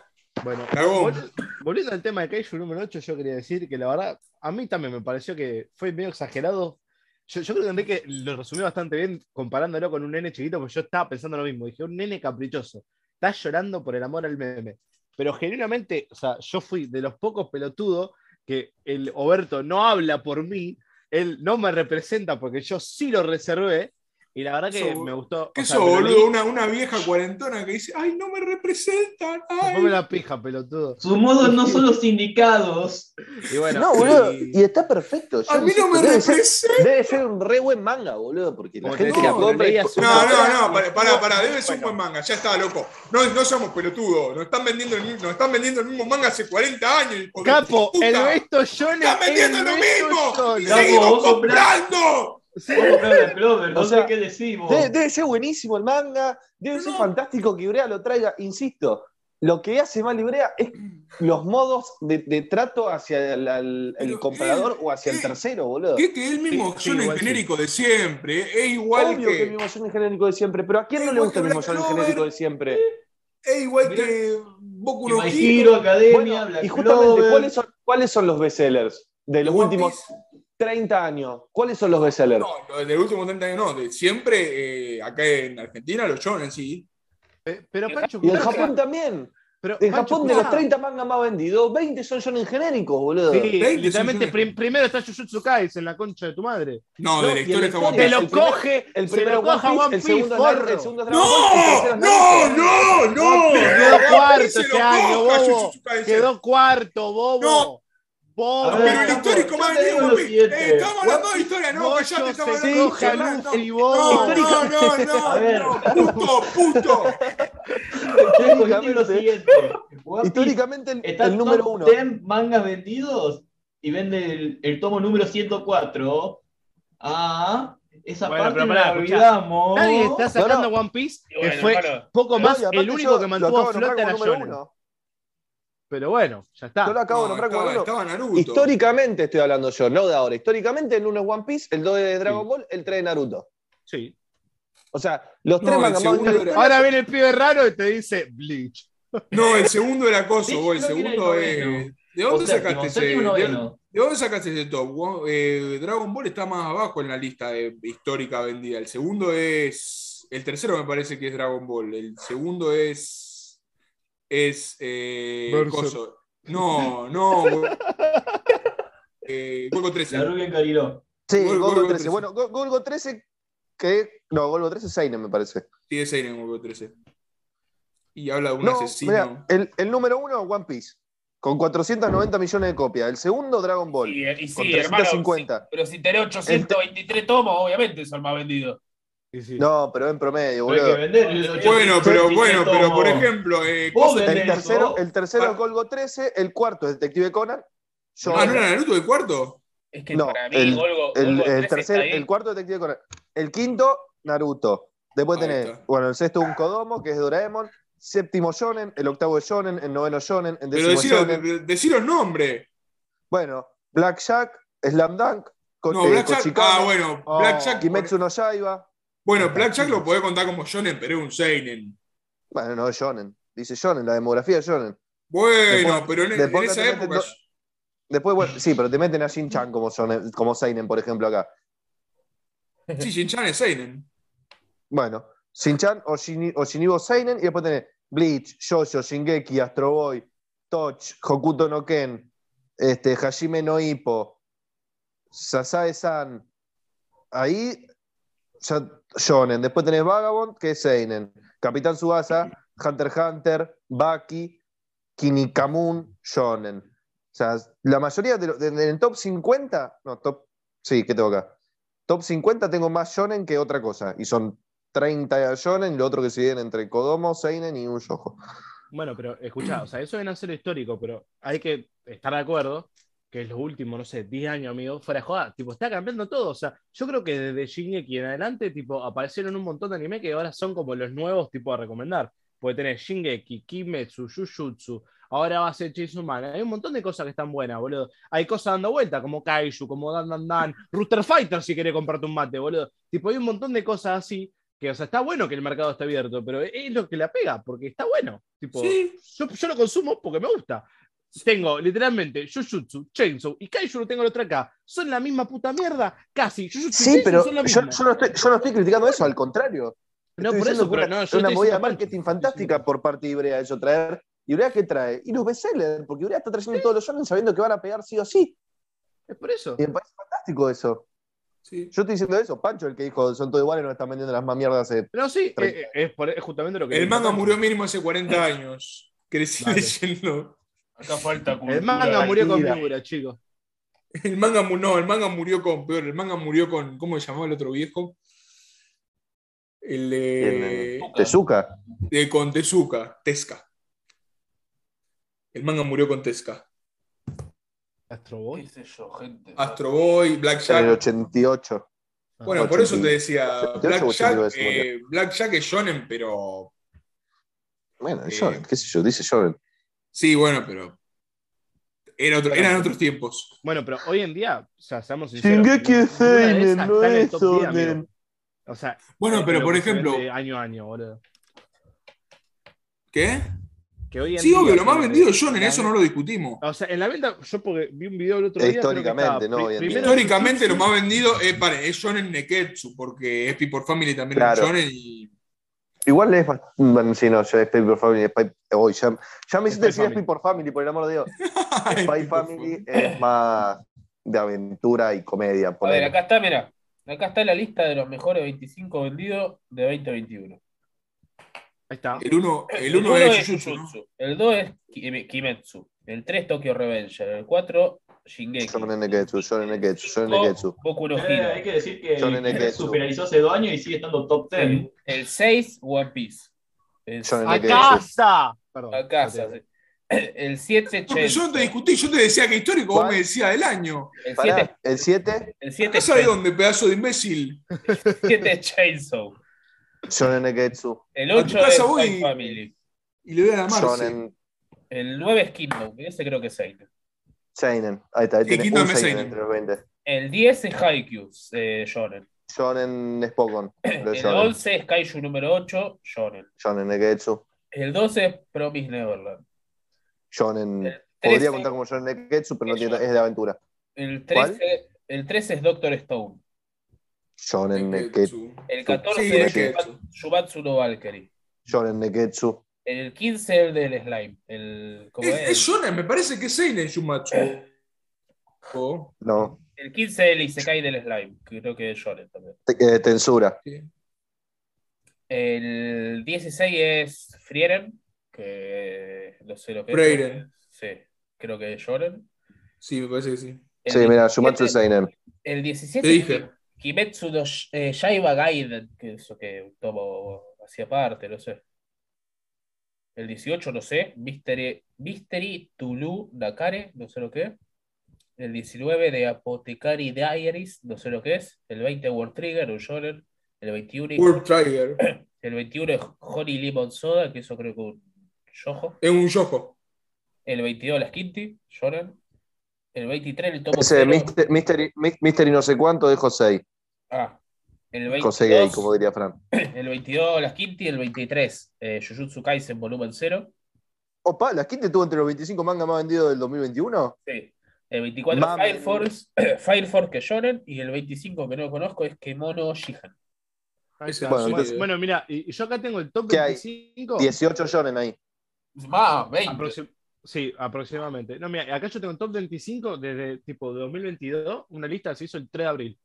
Bueno,
Cagón.
vol- volviendo al tema de Kaiju número 8, yo quería decir que la verdad, a mí también me pareció que fue medio exagerado. Yo, yo creo que Enrique lo resumió bastante bien comparándolo con un nene chiquito, porque yo estaba pensando lo mismo. Dije, un nene caprichoso, está llorando por el amor al meme. Pero genuinamente, o sea, yo fui de los pocos pelotudos que el Oberto no habla por mí, él no me representa porque yo sí lo reservé. Y la verdad que
Eso-
me gustó.
¿Qué
o sea,
eso,
me lo leí,
boludo? Una, una vieja cuarentona que dice, ay, no me representan.
se
Ay.
come la pija, pelotudo.
Sus modos no son los indicados.
Y bueno,
no, boludo,
y-
y está perfecto. yo
A mí no
(laughs)
insisto,
me
debe ser,
representan.
debe ser un re buen manga, boludo, porque la
Como
gente
te
la
decía,
compra. y-
leía su-
No, no,
(laughs)
no, pará, pará, pará, debe ser un
Bueno.
buen manga, ya está, loco. No, no somos pelotudos, nos están vendiendo el, mi- nos están vendiendo el mismo manga hace 40 años. hijo de
Capo,
puta.
el Besto Jones.
¡Están vendiendo lo mismo!
Capo,
¡Seguimos
vos comprás-
comprando!
Sí, Clover, Clover, no
O sea,
sé qué decimos.
Debe, debe ser buenísimo el manga, debe ser
No.
fantástico que Ibrea lo traiga. Insisto, lo que hace mal Ibrea es los modos de, de trato hacia el, al- el
Pero,
comprador
eh,
o hacia el
eh,
tercero, boludo.
¿Qué que él mismo
Sí, sí,
son el
igual sí.
genérico de siempre? eh. Es igual
Obvio que
que.
el mismo shonen genérico de siempre, pero ¿a quién no
Eh,
le gusta el
Black
mismo shonen
Clover.
genérico de siempre?
Es igual
Mirá.
que Boku
Y
no
My Hero, Academia,
Bueno,
Black
y justamente,
Clover.
¿cuáles son, ¿cuáles son los bestsellers de los
One
últimos 30 años? ¿Cuáles son los bestsellers?
No, lo del último 30 años no. de siempre, eh, acá en Argentina, los shonen, sí.
Pe- Pero Pancho
Y en
escuchá,
Japón también.
pero
En
Pancho,
Japón de los
escuchá.
30 mangas más vendidos, 20 son shonen genéricos, boludo.
Sí,
20
literalmente
son-
prim- primero está Jujutsu Kaisen, la concha de
(laughs)
tu madre.
No,
No,
de la
y en
historia
la
está
historia
One
Te
Piece.
lo
el primer-
coge,
El
se lo
primero
coge a One
One Piece, el
Piece,
segundo es Naruto,
forro.
el segundo es Dragon Ball, el
¡No!
tercero es
¡No! ¡No!
Naruto.
¡No!
Quedó
no,
cuarto
se lo
ese año,
coja,
bobo.
Jujutsu Kaisen.
Quedó este cuarto, bobo. Bobo.
A ver,
Pero el histórico más
Yo te digo
vendido,
lo
papi.
siguiente.
Eh, estamos hablando
One
de
Piece,
historia, no,
Goyo
que ya te estamos
se
hablando
coge a
de historia,
Luffy,
no.
vos.
No, no,
A ver.
no, no, puto, puto.
Yo te digo lo siguiente. One Piece
Históricamente el,
Está
el número uno.
10 mangas vendidos y vende el, el tomo número 104. Ah, esa
Bueno,
parte
pero
no
pará,
la
escuchá.
olvidamos.
Nadie está sacando
No,
a One Piece,
Y bueno,
que fue
hermano,
poco
No,
más
y aparte
el
yo
único que
lo
mantuvo
acabo
a
de nombrar
flote a la
como número
Shonen. Ah,
uno.
Pero bueno, ya está.
Yo lo acabo de
No,
nombrar como
estaba,
número uno.
estaba Naruto.
Históricamente estoy hablando yo, no de ahora. Históricamente el uno es One Piece, el 2 es Dragon Ball, el 3 es Naruto.
Sí.
O sea, los
No,
tres
el
mangas más
segundo
vendidos de la
Ahora viene el pibe raro y te dice Bleach.
No, el segundo era
Sí,
coso, vos, el
creo que era el
segundo
noveno.
eh, ¿De
O
dónde
séptimo,
sacaste ese?
séptimo,
¿De
noveno.
de dónde sacaste ese top? Wo- eh, Dragon Ball está más abajo en la lista de histórica vendida. El segundo es. El tercero me parece que es Dragon Ball. El segundo es. Es. eh,
Berserk.
coso. No, no. wo-
(laughs)
Eh, Goku 13.
La rubia encariló.
Sí,
Gol-
Golgo
Golgo
13.
13.
Bueno, Go- Golgo 13, que. No, Golgo 13 es Seinen, me parece.
Sí, es Seinen Goku 13. Y habla de un
No,
asesino.
mirá, el, el número uno, One Piece, con 490 millones de copias. El segundo, Dragon Ball.
Y, y sí,
con
hermano.
350.
sí, pero si tenés 823 tomos, obviamente es el más vendido.
Y sí.
No, pero en promedio,
Pero hay
boludo.
que vender el 800
Bueno, pero
y
bueno,
se
pero
tomó.
por ejemplo, eh,
Vos
coso-
vendés
El
eso.
tercero, el tercero
Ah.
es Golgo 13, el cuarto es Detective Conan. Yo-
Ah, ¿no era Naruto de cuarto?
Es que
No,
para mí,
el-
Golgo,
el,
Golgo 13
el tercer-
está ahí.
el cuarto Detective Conan. El quinto, Naruto. Después
Ahí
tenés,
está.
bueno, el sexto un Kodomo, que es Doraemon. Séptimo Shonen, el octavo es Shonen, el noveno Shonen, el
Pero
décimo
decí los,
Shonen.
decí los nombres.
Bueno, Black Jack, Slam Dunk, Co-
No,
eh,
Black Jack.
Kochikame,
Ah, bueno,
Oh,
Black Jack.
Kimetsu no Yaiba.
Bueno, Black Jack lo podés contar como Shonen, pero es un Seinen.
Bueno, no, Shonen. Dice Shonen, la demografía de Shonen.
Bueno,
Después-
pero en,
después
en esa
te meten
época.
dos- Después, bueno, sí, pero te meten a Shin-Chan como, shonen- como Seinen, por ejemplo, acá. (laughs)
Sí, Shinchan es Seinen.
Bueno, Shin-Chan o, Shini- o Shinibo Seinen, y después tenés Bleach, Jojo, Shingeki, Astro Boy, Touch, Hokuto no Ken, este, Hajime no Ippo, Sasae-san. Ahí, ya, Shonen. Después tenés Vagabond, que es Seinen. Capitán Subasa, Hunter x Hunter, Baki, Kinikamun, Shonen. O sea, la mayoría de, los- de- en el top 50, no, top, sí, ¿qué tengo acá? Top 50 tengo más shonen que otra cosa. Y son 30 shonen, lo otro que se dividen entre Kodomo, Seinen y un yojo.
Bueno, pero escuchá, o sea, eso viene a ser histórico, pero hay que estar de acuerdo que en los últimos, no sé, 10 años, amigo, fuera de joda, tipo, está cambiando todo. O sea, yo creo que desde Shingeki en adelante, tipo, aparecieron un montón de anime que ahora son como los nuevos, tipo, a recomendar. Porque tenés Shingeki, Kimetsu, Jujutsu, ahora va a ser Chainsaw Man. Hay un montón de cosas que están buenas, boludo. Hay cosas dando vuelta, como Kaiju, como Dan Dan Dan, Rooster Fighter si querés comprarte un mate, boludo. Tipo, hay un montón de cosas así que, o sea, está bueno que el mercado esté abierto, pero es lo que la pega, porque está bueno. Tipo,
Sí.
yo, yo lo consumo porque me gusta. Tengo literalmente Jujutsu, Chainsaw y Kaiju, lo tengo el otro acá. Son la misma puta mierda, casi. Jujutsu y
Sí,
Chainsaw
pero
son
yo,
la misma.
yo no estoy, yo no estoy criticando eso, al contrario.
no,
Estoy
por
diciendo
eso,
que
pero
una-
no,
es
yo
una
estoy
movida de
diciendo
marketing
Pancho.
fantástica por parte de Ibrea eso traer. ¿Y Ibrea qué trae? Y los bestsellers, porque Ibrea está trayendo todos los shonen sabiendo que van a pegar sí o sí.
Es por eso.
Y me parece fantástico eso.
Sí.
Yo estoy diciendo eso, Pancho, el que dijo son todos iguales, no están vendiendo las más mierdas. eh.
No, sí,
Pero-
eh, eh, es, por- es justamente lo que.
El manga murió mínimo hace
(laughs)
40 años. Crecí
Dale.
leyendo.
Acá falta cultura.
El manga murió con
Akira.
Miura, chicos.
El manga, mu- no, el manga murió con. Peor, el manga murió con. ¿Cómo se llamaba el otro viejo? El de.
Bien,
Tezuka.
de con Tezuka, Tesca. El manga murió con Tesca.
Astro Boy.
¿Qué sé yo, gente?
Astro Boy, Black
En el
Jack.
88.
Bueno, por eso te decía,
88
Blackjack,
boludo, ese
eh, Blackjack es shonen, pero...
Bueno, es
Eh.
Jordan, qué sé yo, dice Jordan.
Sí, bueno, pero... era otro- eran otros tiempos.
Bueno, pero hoy en día, o sea, seamos sinceros.
Shingeki
ninguna de
es Seinen,
esas
no
está en el
es
top 10, amigo.
Shonen.
O sea,
Bueno,
es
pero
lo
por
que se
ejemplo...
vende año a año, boludo.
¿Qué?
Que hoy en
Sí,
día,
obvio, lo más
señores,
vendido es shonen,
la-
eso no lo discutimos.
O sea, en la venta, yo porque vi un video el otro día. creo que
Históricamente,
estaba
no,
pri-
hoy en
primero
día.
Históricamente lo más vendido es, para, es Shonen Neketsu, porque Happy por Family también
Claro.
es un Shonen y. (laughs)
Igual es bastante. Bueno, sí, no, yo es Paper Family. es Paper- oh, ya, ya me
Es
hiciste decir es
Paper
Paper Family, por el amor de Dios. Spy
Happy por
Family es más de aventura y comedia.
A ver,
ponele.
acá está, mira. Acá está la lista de los mejores 25 vendidos de 2021.
Ahí está.
Family. El uno, el
uno
uno es Jujutsu, ¿no?
Jujutsu, El 2 es Ki- eh, Kimetsu. El 3 Tokyo Revenger. El 4 Shingeki.
Shonen Neketsu, Shonen Neketsu, Shonen
Cinco,
Neketsu.
Boku no
Eh, hay
Hero.
que decir que
Shonen Neketsu.
superalizó hace dos años y sigue estando top 10.
El- El 6 One Piece. El
Shonen
¡A
Neketsu.
casa! Perdón.
A casa, sí. (coughs) El 7
No, pero yo no te discutí, yo te decía que histórico, vos
¿Cuál?
me decías del año.
El 7
Pará, el 7,
el
¿No sabés
7
dónde, pedazo de imbécil?
es Chainsaw.
Shonen Neketsu,
El
A tu
8 es
casa voy
Spy
y-
Family.
Y le voy a la Marce.
Shonen
El 9 es Kingdom. Ese creo que es 6.
Seinen. Ahí está, ahí
Sí,
tiene
Kingdom
un
es
Seinen
Seinen.
entre los 20.
El 10 es Haikyuu, eh, Shonen.
Shonen Spokon, pero
El
Shonen,
11 es Kaiju número 8, Shonen.
Shonen Neketsu.
El 12 es Promise Neverland.
Shonen.
Trece-
Podría contar como Shonen Neketsu, pero no
Es
tiene,
Shonen.
es de aventura.
El
¿Cuál?
13, el 13 es Doctor Stone.
Shonen Neketsu.
Neketsu.
El 14
Sí,
es
Neketsu.
Shuba- Shubatsu no Valkyrie.
Shonen Neketsu.
El 15 es el del Slime. El, ¿cómo
Es, es
es?
Shonen, me parece que es Seinen Shumatsu. Oh,
No,
El 15 es el Isekai del Slime. que Creo que es Shonen también.
Te- eh, Tensura.
sí.
El 16 es Frieren. Que no sé lo que
Frieren.
es. Sí, creo que es Shonen.
Sí, me parece que sí.
El
Sí, mira,
17
Shumatsu Seinen.
El
Te
17
dije.
Kimetsu no Sh- eh, Yaiba Gaiden, que eso que tomo hacia aparte, no sé. El 18, no sé. Mystery, Mystery Tulu Nakare, no sé lo que es. El 19 de Apothecary Diaries, no sé lo que es. El 20 World Trigger, un shonen. El 21, y-
World Trigger.
el 21 es Honey Lemon Soda, que eso creo que un yojo.
Es un yojo.
El 22 Las Kitty, shonen. El 23 el tomo
Ese
cero.
Mister- Mystery, Mi- Mystery no sé cuánto de José.
Ah, el
José Gay,
22
como diría Fran.
El 22, las Kinti, el 23, eh, Jujutsu Kaisen, volumen 0.
Opa, la Quinte tuvo entre los 25 mangas más vendidos del 2021.
Sí. El 24,
Mami.
Fire Force, (clears throat) Fire Force que lloran. Y el 25, que no conozco, es Kemono Shihan.
Ahí está.
Bueno,
Bueno,
entonces-
mira, y, y yo acá tengo el top
¿Qué hay?
25.
18 Shonen ahí.
Más, 20.
aproxim- sí, aproximadamente. No, mira, acá yo tengo el top 25 desde tipo 2022. Una lista se hizo el 3 de abril.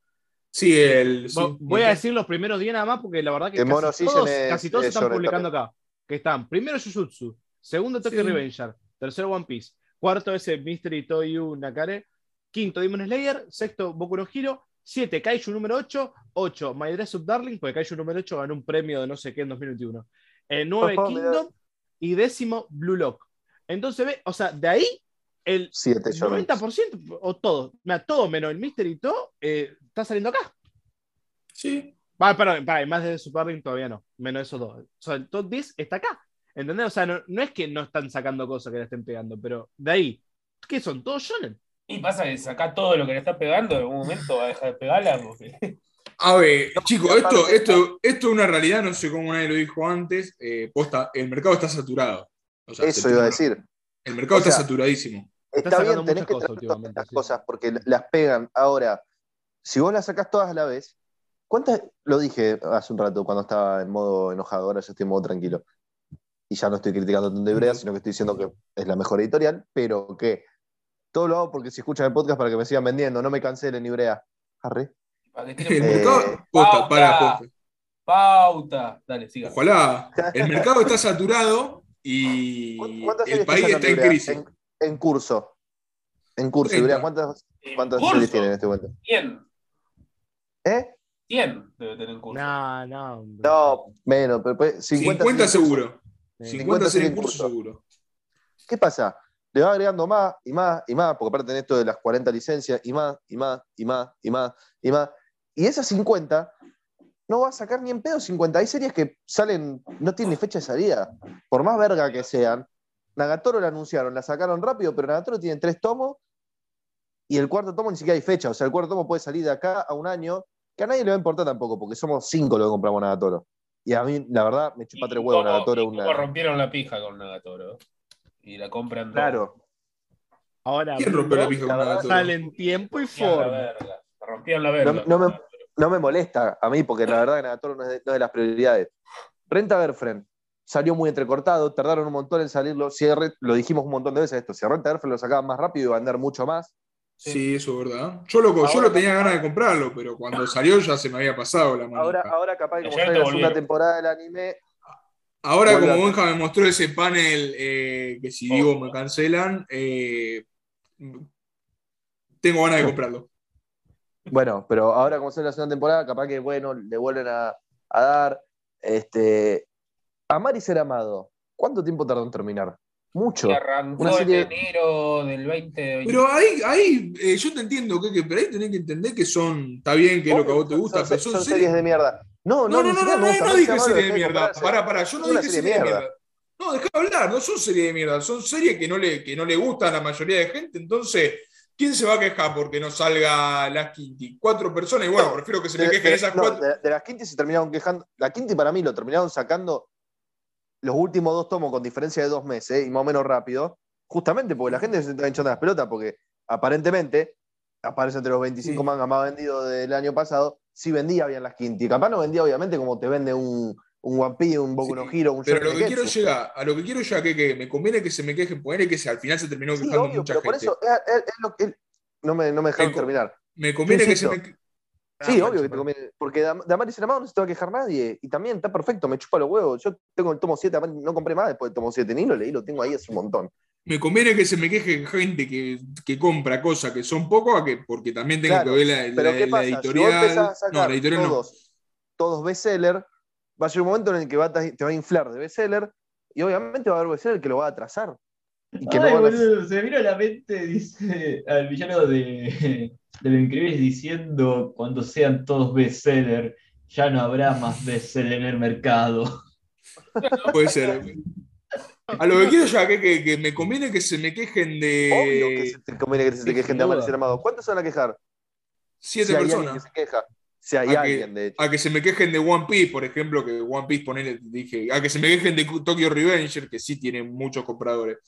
Sí, el. sí.
Vo- Voy a decir los primeros 10 nada más porque la verdad que
El
casi
Mono Season
todos,
es-
casi todos
es
están
shonen
publicando acá. Que están primero Jujutsu, segundo Tokyo
Sí.
Revenger, tercero One Piece, cuarto ese Mystery Toyu Nakare, quinto Demon Slayer, sexto Boku no Hero, siete Kaiju número 8, 8 My Dress Up Darling, porque Kaiju número 8 ganó un premio de no sé qué en 2021. Eh, nueve
(laughs) Ojo, mirá.
Kingdom y décimo Blue Lock. Entonces ve, o sea, de ahí el
7 Shonen.
90% o todo, mira, todo menos el Mystery Toy eh, está saliendo acá.
Sí.
Va, perdón, para, más de Superring todavía no, menos esos dos. O sea, el top 10 está acá. ¿Entendés? O sea, no, no es que no están sacando cosas que le estén pegando, pero de ahí, ¿qué son? Todos shonen.
Y pasa que sacá todo lo que le está pegando, en algún momento va a dejar de pegarla. Porque... (laughs)
A ver, chicos,
y aparte
esto,
está-
esto, esto es una realidad, no sé cómo nadie lo dijo antes. eh, posta, el mercado está saturado. O sea,
Eso
te-
iba a decir.
El mercado
O sea,
está saturadísimo.
Está
sacando
bien, tenés
muchas
que
cosas
tratar
últimamente,
estas
sí.
cosas porque las pegan. Ahora, si vos las sacás todas a la vez, ¿cuántas? Lo dije hace un rato cuando estaba en modo enojado, ahora ya estoy en modo tranquilo. Y ya no estoy criticando tanto Ibrea, sino que estoy diciendo que es la mejor editorial, pero que todo lo hago porque si escuchan el podcast para que me sigan vendiendo, no me cancelen Ibrea. Arre.
para que
eh,
El
tiene-
mercado, posta,
pauta.
para, posta.
Pauta. Dale, siga.
Ojalá. El mercado está saturado
(laughs)
y
¿Cu- ¿Cuántas series
el país
sacando
está en
Ibrea?
crisis.
En, en curso. En curso,
Treinta.
Ibrea, ¿cuántas,
En
cuántas
Eh, curso,
series tiene en este momento?
100.
¿Eh?
100 debe tener en curso.
No, no. hombre.
No, menos, pero pues,
50,
50
seguro.
Eh,
50 series en
curso.
curso seguro.
¿qué pasa? Le va agregando más y más y más, porque aparte en esto de las 40 licencias, y más, y más, y más, y más, y más. Y esas 50 no va a sacar ni en pedo 50. Hay series que salen, no tienen ni fecha de salida, por más verga que sean. Nagatoro la anunciaron, la sacaron rápido, pero Nagatoro tiene tres tomos y el cuarto tomo ni siquiera hay fecha. O sea, el cuarto tomo puede salir de acá a un año, que a nadie le va a importar tampoco, porque somos cinco los que compramos Nagatoro. Y a mí, la verdad, me chupa tres
Y
huevos
cómo-
Nagatoro.
y cómo
Una...
rompieron la pija con Nagatoro. Y la compran dos.
Claro.
Ahora
¿Quién rompe la pija con
la
Nagatoro?
sale en tiempo y
Rompieron la
forma.
verga. Rompieron la verga.
No- no me- no me molesta a mí, porque la verdad que Nagatoro no es de, no es de las prioridades. Renta Verfren salió muy entrecortado, tardaron un montón en salirlo. Si es re- lo dijimos un montón de veces esto, si a Renta Verfren lo sacaban más rápido iba a andar mucho más.
Sí, eso es verdad. Yo lo, yo
Ahora- ah.
lo tenía ganas de comprarlo, pero cuando salió ya se me había pasado la mano.
Ahora,
Ahora,
ahora capaz que como
Ayer
sale la
te
segunda
volvieron.
temporada del anime,
como
Vuelve a- Oh.
Benja me mostró ese panel eh, que si digo me cancelan, eh, tengo
Oh.
ganas de comprarlo.
bueno, pero ahora como sale la segunda temporada, capaz que bueno, le vuelven a, a dar. Este, amar y ser amado. ¿Cuánto tiempo tardó en terminar? Mucho.
Y arrancó
Una serie-
en enero del 20.
Pero ahí, ahí eh, yo te entiendo, que, pero ahí tenés que entender que son, está bien que es lo que a vos te gusta,
Son-
pero
son,
son
series
series.
de mierda. No,
No, no,
no, ni
no,
siquiera
no,
me
no,
gusta,
no
ni
dije
siquiera
serie de
me gusta
mierda.
compararse.
Pará, pará, yo no
Es una
dije
serie de
serie de
mierda.
mierda. No, dejá hablar, no son series de mierda, son series que no le, que no le gustan a la mayoría de gente, entonces, ¿quién se va a quejar porque no salga las Quinty? Cuatro personas, y bueno,
No,
prefiero que se
de,
me
de-
quejen esas
no, eh,
cuatro.
de- de las Quinti se terminaron quejando. La Quinti para mí lo terminaron sacando los últimos dos tomos con diferencia de dos meses ¿eh? y más o menos rápido, justamente porque la gente se está hinchando las pelotas, porque aparentemente aparece entre los 25
Sí.
mangas más vendidos del año pasado, sí vendía bien las Quinti. Capaz no vendía obviamente como te vende un, un One Piece, un Boku no
Sí,
Hero, un
Pero
Shonen
lo que quiero
Ketsu.
llegar, a lo que quiero ya que, que me conviene que se me quejen, poner que se- al final se terminó
Sí,
quejando
obvio,
mucha
pero
gente.
por eso es, es- es lo que... No me, no me dejaron
Eco.
terminar.
Me conviene que se
insisto.
me que-
Sí,
Ah,
obvio que
bueno,
te conviene. Porque de, Am- de Amaris en Amado no se te va a quejar nadie. Y también está perfecto, me chupa los huevos. Yo tengo el tomo 7, no compré más después del tomo 7, ni lo leí, lo tengo ahí hace un montón.
Me conviene que se me queje gente que, que compra cosas que son pocos, a que, porque también tengo
Claro,
que ver la,
Pero
la-
¿qué
la
pasa? si vos
editorial.
empezás a sacar
no, la editorial no.
todos, todos bestseller, va a llegar un momento en el que va a ta- te va a inflar de bestseller y obviamente va a haber bestseller que lo va a atrasar. Y que
Ay,
no van a-
boludo, se me vino a la mente, dice, al villano de, de Los Increíbles diciendo, cuando sean todos bestseller, ya no habrá más bestseller en el mercado.
Puede ser. A lo que quiero ya que, que, que me conviene que se me quejen
Obvio que
de
se te conviene que se
sí,
te quejen
sin
de Amaris
duda.
en Amado. ¿Cuántos se van a quejar?
siete
si hay alguien que
personas.
se queja. Si hay
A que-
alguien, de hecho.
A que se me quejen de One Piece, por ejemplo, que One Piece, ponele, dije. A que se me quejen de Tokyo Revenger, que sí tiene muchos compradores.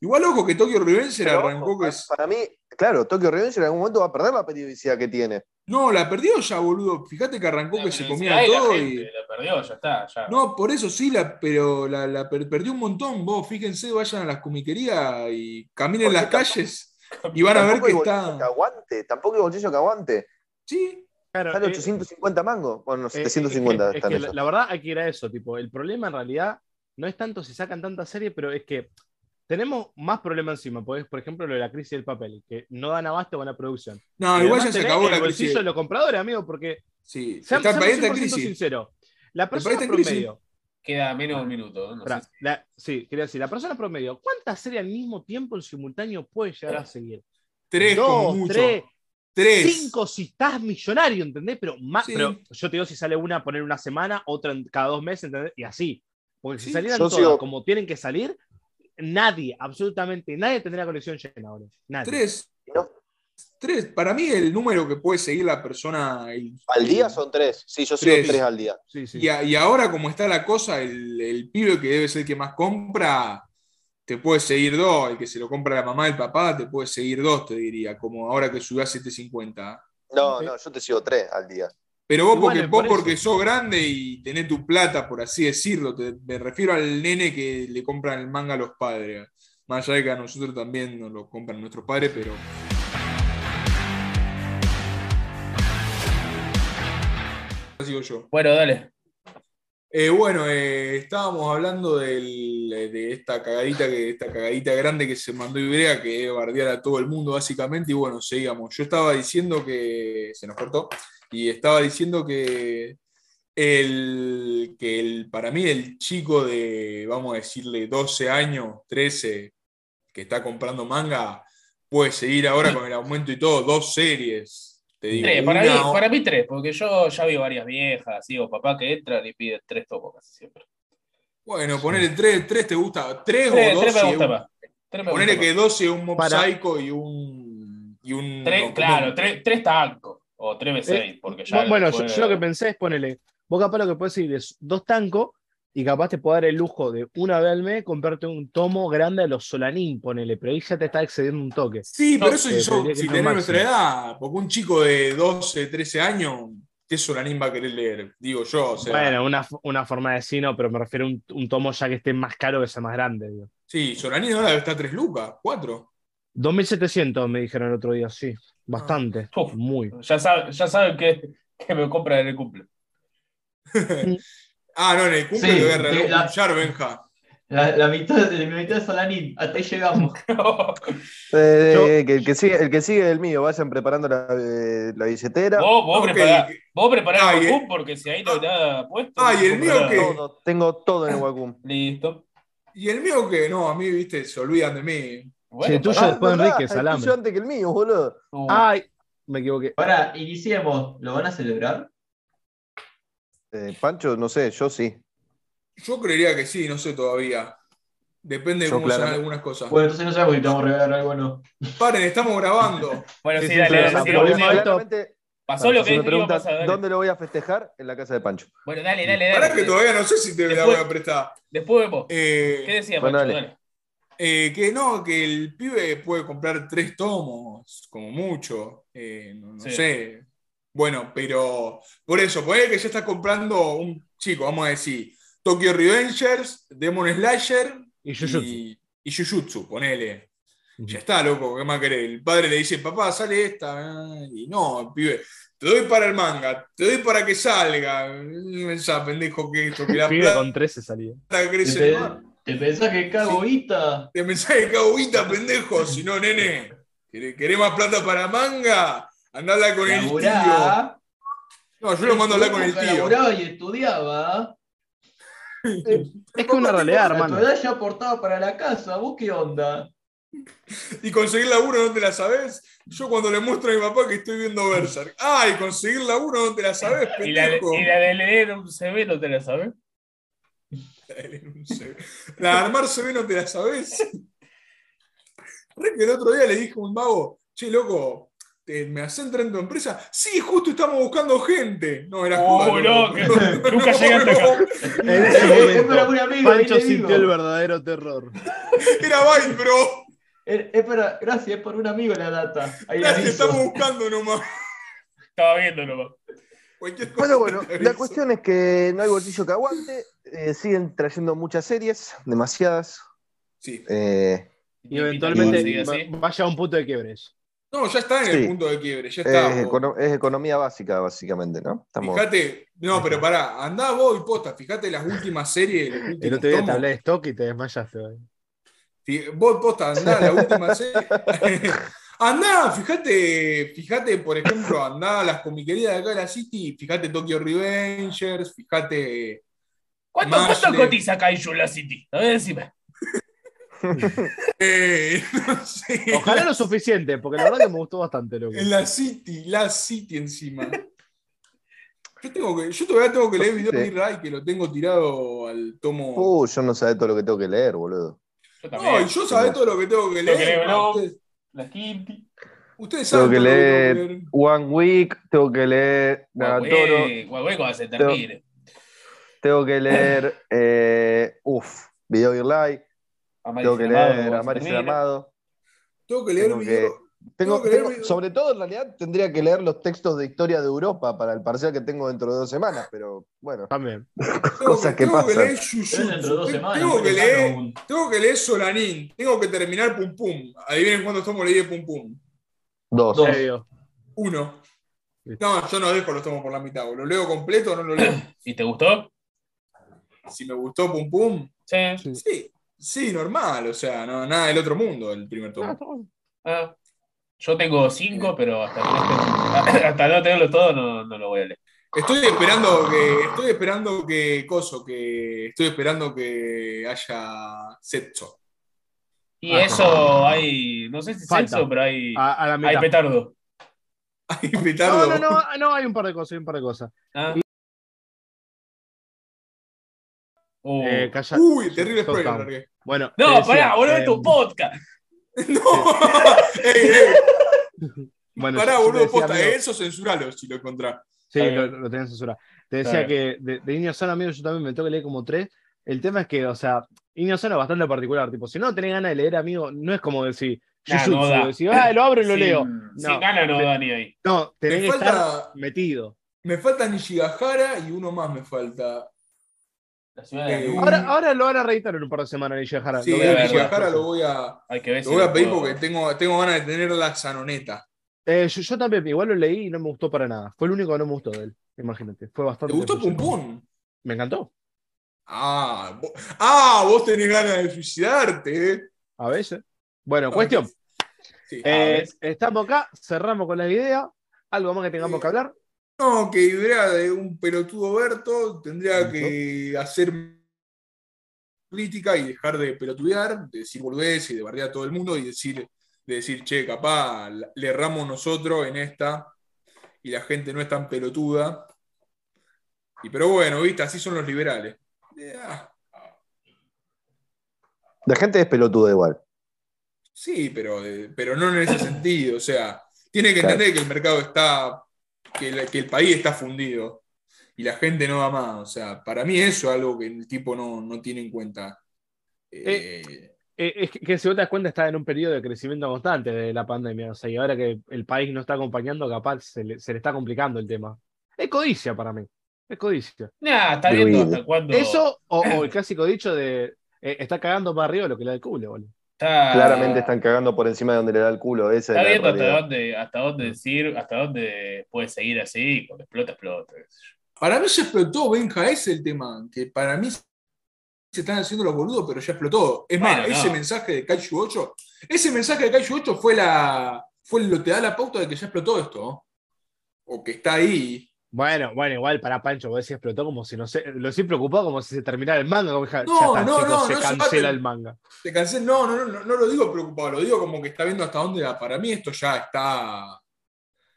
Igual, ojo, que Tokyo Revenger
Pero,
arrancó
ojo,
que
para,
es.
para mí, claro, Tokyo Revenge en algún momento va a perder la periodicidad que tiene.
No, la perdió ya, boludo. Fíjate que arrancó que se comía
Ay, la
todo
gente,
y.
La perdió, ya está. Ya.
No, por eso sí, la, pero la, la per- perdió un montón. Vos, fíjense, vayan a las comiquerías y caminen
Porque
las
tampoco-
calles y van a ver
Tampoco
que
hay bolsillo
está.
que aguante, tampoco hay bolsillo que aguante.
Sí,
Claro,
Sale
eh,
850 mangos. Bueno, no,
eh,
750
es que- es
están
que
esos.
la, la verdad hay que ir a eso, tipo, el problema en realidad no es tanto si sacan tanta serie, pero es que tenemos más problema encima, porque es, por ejemplo, lo de la crisis del papel, que no dan abasto con la producción.
no,
Y
Ah, igual ya
además
se
tenés
acabó
el
la
bolsillo
crisis.
de los compradores, amigo, porque
Sí,
seamos,
está el
seamos
país de
100%
crisis.
sinceros, la
país
persona
está en crisis.
promedio,
Queda menos de un minuto. No
Pará,
sé si-
la- sí, quería decir, la persona promedio, ¿cuántas series al mismo tiempo en simultáneo puede llegar a seguir?
Eh, Tres,
Dos,
como mucho.
tres,
Tres.
cinco si estás millonario, ¿entendés? Pero, más,
Sí.
pero yo te digo si sale una, poner una semana, otra en- cada dos meses, ¿entendés? Y así. Porque si
Sí,
salieran
yo
todas
sigo-
como tienen que salir, nadie, absolutamente nadie tendría colección llena ahora. Nadie.
Tres.
No.
Tres. Para mí, el número que puede seguir la persona. el-
Al día son tres. Sí, yo sigo
Tres.
tres, al día.
Sí, sí.
Y, a- y ahora, como está la cosa, el, el pibe que debe ser el que más compra, te puede seguir dos. El que se lo compra la mamá, el papá, te puede seguir dos, te diría. Como ahora que subió a 750.
No,
Sí.
no, yo te sigo tres al día.
Pero vos,
Y
porque,
bueno,
vos
por eso.
porque sos grande y tenés tu plata, por así decirlo, te, me refiero al nene que le compran el manga a los padres. Más allá de que a nosotros también nos lo compran nuestros padres, pero. Ahora Sigo yo.
Bueno, dale.
Eh, bueno, eh, estábamos hablando del- eh, de esta cagadita, que, esta cagadita grande que se mandó Ibrea, que es bardear a todo el mundo básicamente, y bueno, seguíamos. Yo estaba diciendo que se nos cortó, y estaba diciendo que el, que el, para mí el chico de, vamos a decirle, 12 años, 13, que está comprando manga, puede seguir ahora con el aumento y todo, dos series, Te digo,
Tres, para,
una
mí,
o-
para mí tres, porque yo ya vi varias viejas, digo, papá que entran y piden tres topos casi siempre.
Bueno, ponele tres, tres te gusta. Tres,
Tres,
o dos.
tres
si
me
es
gusta
un-
más. Tres me
Ponele
gusta
que
más.
dos es un mob
Para.
psycho y un. Y un
Tres,
no,
claro,
como-
tres, tres tancos. O tres B6, porque ya.
Eh, Bu- bueno, yo,
después-
yo lo que pensé es ponele, vos capaz lo que puedes ir es dos tancos y capaz te puedo dar el lujo de una vez al mes comprarte un tomo grande a los Solanín, ponele, pero ahí ya te está excediendo un toque.
Sí, pero
No,
eso
eh,
si, yo,
tendría que
si
ser
tenés
máximo.
nuestra edad, porque un chico de 12, 13 años, ¿qué Solanín va a querer leer? Digo yo, o sea.
Bueno, una, f- una forma de sino, pero me refiero a un, un tomo ya que esté más caro que sea más grande. digo.
Sí, Solanín ahora debe estar 3 lucas, 4.
2.700 me dijeron el otro día, sí, bastante,
Uf.
muy.
Ya, saben, ya saben que, que me compran en el cumple. (laughs)
Ah, no, en el cumple
Sí,
te voy a regalar
de
un
la-
Jar, Benja.
La, la mitad, de- la mitad de Solanín, hasta ahí llegamos.
Eh,
Yo-
eh, que el, que sigue, el que sigue es el mío, vayan preparando la, eh, la billetera.
Vos, vos
Ok.
prepará, vos prepará
Ah,
el
y el-
Bakú, porque si ahí no hay nada puesto.
Ah,
no
y el
compro
mío
nada.
que-
Todo, tengo todo en el Wacom.
Listo.
Y el mío que no, a mí, viste, se olvidan de mí.
Bueno,
Sí, tú- Tuyo Ah,
Ah,
después,
¿verdad?
Enrique,
El
salame.
tuyo antes que el mío, boludo.
pará.
Ay, me equivoqué.
Ahora, iniciemos. ¿Lo van a celebrar?
Eh, Pancho, no sé, yo sí.
Yo creería que sí, no sé todavía. Depende de
Yo
cómo sean
claramente-
algunas cosas.
Bueno, entonces no sabemos si te vamos a regalar algo o no.
Paren, estamos
(laughs)
grabando.
bueno,
sí,
sí,
sí,
dale,
pero
dale,
la
sí,
problema-
vamos a-
esto-
Claramente,
pasó lo
si
que
me
te iba a
preguntan,
pasar, dale.
¿dónde lo voy a festejar? En la casa de Pancho.
Bueno, dale, dale, dale.
Pará que eh. todavía no sé si te la voy
Después-
a prestar.
Después vemos. ¿Qué
Eh,
decías,
Bueno,
Pancho?
dale.
Dale.
eh, que no, que el pibe puede comprar tres tomos, como mucho. eh, no no
Sí.
sé. Bueno, pero por eso, ponele que ya está comprando un chico, vamos a decir, Tokyo Revengers, Demon Slayer
Y Jujutsu.
y, y Jujutsu, ponele. Ya está, loco, ¿qué más querés? El padre le dice, papá, sale esta. ah, Y no, el pibe, te doy para el manga, te doy para que salga. Mm, Esa pendejo que esto, que la
Pibe
plata
con 13 salía.
¿Te,
crece
pe-
en el mar.
te pensás que cago guita?
Te mensaje que agüita, pendejo, si no, nene. ¿Querés, querés más plata para manga? Andala con el tío.
Laburá.
No, yo lo mando a hablar con el
Época
tío.
Laburaba y estudiaba.
Es que es una realidad,
A tu
hermano.
edad ya aportaba para la casa. ¿Vos qué onda?
Y conseguir laburo no te la sabés. Yo cuando le muestro a mi papá que estoy viendo Berserk. Ay, conseguir laburo no te la sabés,
(laughs) Y la, de-
pendejo.
y la de leer un CV no te la sabes.
La de armar se ve, no te la sabés. Re que el otro día le dije a un vago, che, loco, ¿te- ¿me hacen entrar en tu empresa? Sí, justo estamos buscando gente. No, era
Oh,
joda,
no,
loco.
que
(laughs)
nunca llegaste acá.
(laughs) En
Eh,
ese
tengo
momento,
algún amigo, ahí
Pancho
le digo.
sintió el verdadero terror.
Era Vine, bro.
Eh, Es para, gracias, es por un amigo la data. Ahí la
Gracias, estamos buscando nomás.
Estaba viendo nomás.
Cualquier cosa (laughs)
Bueno, bueno,
te
la
aviso.
cuestión es que no hay bolsillo que aguante. eh, siguen trayendo muchas series, demasiadas.
Sí.
Eh,
Y eventualmente
Así, así.
va- vaya a un punto de quiebres.
No, ya está en el
Sí.
punto de quiebre, ya está.
es,
vos.
econo- es economía básica, básicamente, ¿no? Estamos-
Fíjate, no, pero pará, andá vos y posta, fíjate las últimas series. los últimos
El otro día te
tomos.
hablé de stock y te desmayaste. güey.
Fí- Vos posta, andá, la última serie. andá, fíjate, fíjate, por ejemplo, andá a las comiquerías de acá de la City, fíjate Tokyo Revengers, fíjate.
¿Cuánto, cuánto
Mashle.
cotiza Kaiju en la City? A ver, decime.
eh, (laughs) no sé.
(laughs) Ojalá lo suficiente, porque la verdad que me gustó bastante, loco.
En la City, la City encima. Yo, tengo que, yo todavía tengo que leer video de Ray, que lo tengo tirado al tomo.
Uh, yo no sabía todo lo que tengo que leer, boludo.
Yo
no, y
también.
yo sabés todo lo que tengo que
Tengo
leer.
que leer Blob.
ustedes,
La Kinti.
ustedes
Tengo
saben
que
todo lo
leer
tengo que leer.
One Week, tengo que
Ah,
leer Nagatoro,
Guagüe, guagüe cuando se termine.
tengo que leer. Eh, uf, Video Girl Live, tengo que leer Amaris el Amado.
Tengo que leer
Tengo
video.
que. Tengo,
Tengo que leer
tengo-
video.
sobre todo, en realidad, tendría que leer los textos de historia de Europa para el parcial que tengo dentro de dos semanas, pero bueno.
(laughs)
También.
Tengo
cosas
que,
que
tengo que
pasan.
leer Jujutsu,
Pero es dentro de dos
te-
semanas.
tengo que
no
leer,
aún.
tengo que leer Solanín, tengo que terminar Pum Pum. Adivinen cuántos tomos leí de Pum Pum.
Dos.
Dos.
Ya digo,
Uno.
Listo.
No, yo no dejo los tomos por la mitad, o lo leo completo o no lo leo.
¿Y te gustó?
Si me gustó Pum Pum,
Sí.
sí, sí, normal, o sea, no, nada del otro mundo el primer tomo.
Ah. Yo tengo cinco, pero hasta, hasta no (coughs) tenerlo todo no, no lo voy a leer.
Estoy esperando que, estoy esperando que coso, que estoy esperando que haya sexo. (laughs)
Ah.
Y eso hay, no sé si
Falta. Ah,
sexo, pero hay,
a, a la
hay
mitad.
petardo.
Ay, Petardo.
No, no, no, no, hay un par de cosas, hay un par de cosas.
Ah.
Y-
Oh.
Eh, calla-
Uy, terrible
Top
spoiler.
Gun.
largué.
Bueno,
no,
te decía,
pará, boludo,
eh,
es tu podcast.
No. (laughs) Ey, ey,
Bueno,
pará,
yo- yo te
boludo,
decía,
posta.
amigo,
Eso censuralo si lo encontrás.
Sí,
eh. Está
lo,
bien.
lo tenés censurado. Te
Está
decía que de, de Inyo Sono, amigo, yo también me tengo que leer como tres. El tema es que, o sea, Inyo Sono es bastante particular. Tipo, si no tenés ganas de leer, amigo, no es como decir
Nah, no
Jujutsu,
da.
decir, ah, lo abro y lo
Sin-
leo.
Sin
No.
gana no,
Me-
Dani, ahí.
No, tenés
Me
que estar
falta,
metido.
me falta Nishigahara y uno más me falta.
La ciudad de la
Eh,
luz.
Ahora, ahora lo van a reeditar en un par de semanas, Nishihara.
Sí,
lo voy
a
a
ver,
Nishigahara
ver.
lo voy a,
Hay que ver
lo
si
voy a
lo
pedir
puedo-
porque tengo, tengo ganas de tener la zanoneta.
Eh, yo, yo también, igual lo leí y no me gustó para nada. Fue el único que no me gustó de él, imagínate. Fue
¿Te
bastante.
gustó Pum
decepcionante.
Pum?
Me encantó.
Ah, vo- ah, vos tenés ganas de suicidarte. eh.
A veces. Bueno, cuestión.
Ah, Sí.
Eh,
veces.
estamos acá, cerramos con la idea. ¿Algo más que tengamos que hablar?
No, que idea de un pelotudo Berto tendría que hacer crítica y dejar de pelotudear, de decir boludez y de bardear a todo el mundo y decir, de decir, che, capaz la- le erramos nosotros en esta y la gente no es tan pelotuda. Y pero bueno, viste, así son los liberales. Eh, ah,
La gente es pelotuda igual.
sí, pero, eh, pero no en ese sentido. O sea, tiene que
Claro.
entender que el mercado está, que, la- que el país está fundido y la gente no va más. O sea, para mí eso es algo que el tipo no, no tiene en cuenta. Eh,
Eh, es que, que si vos te das cuenta, está en un periodo de crecimiento constante de la pandemia. O sea, y ahora que el país no está acompañando, capaz se le, se le está complicando el tema. Es codicia para mí. Es codicia.
Nah, está
Digo,
viendo
y-
hasta cuándo.
Eso, o, o el clásico dicho de eh, está cagando para arriba lo que le da el culo, boludo.
está-
Claramente están cagando por encima de donde le da el culo. Esa es
Ah. Está
la
viendo hasta
realidad.
dónde, hasta
Mm.
dónde decir, hasta dónde puede seguir así, cuando explota, explota. qué sé yo.
Para mí se explotó, Benja, ese es el tema, que para mí se están haciendo los boludos, pero ya explotó. Es más,
Bueno, no.
ese mensaje de Kaiju 8, ese mensaje de Kaiju 8 fue la fue lo que te da la pauta de que ya explotó esto, ¿no? o que está ahí.
Bueno, bueno, igual para Pancho, vos decís explotó como si no se. Lo decís preocupado como si se terminara el manga. como, "Ja,
No,
ya está,
no,
chicos,
no,
se
no, eso-
cancela el manga.
Te cansé, no, no, no, no, no lo digo preocupado, lo digo como que está viendo hasta dónde da. Para mí esto ya está.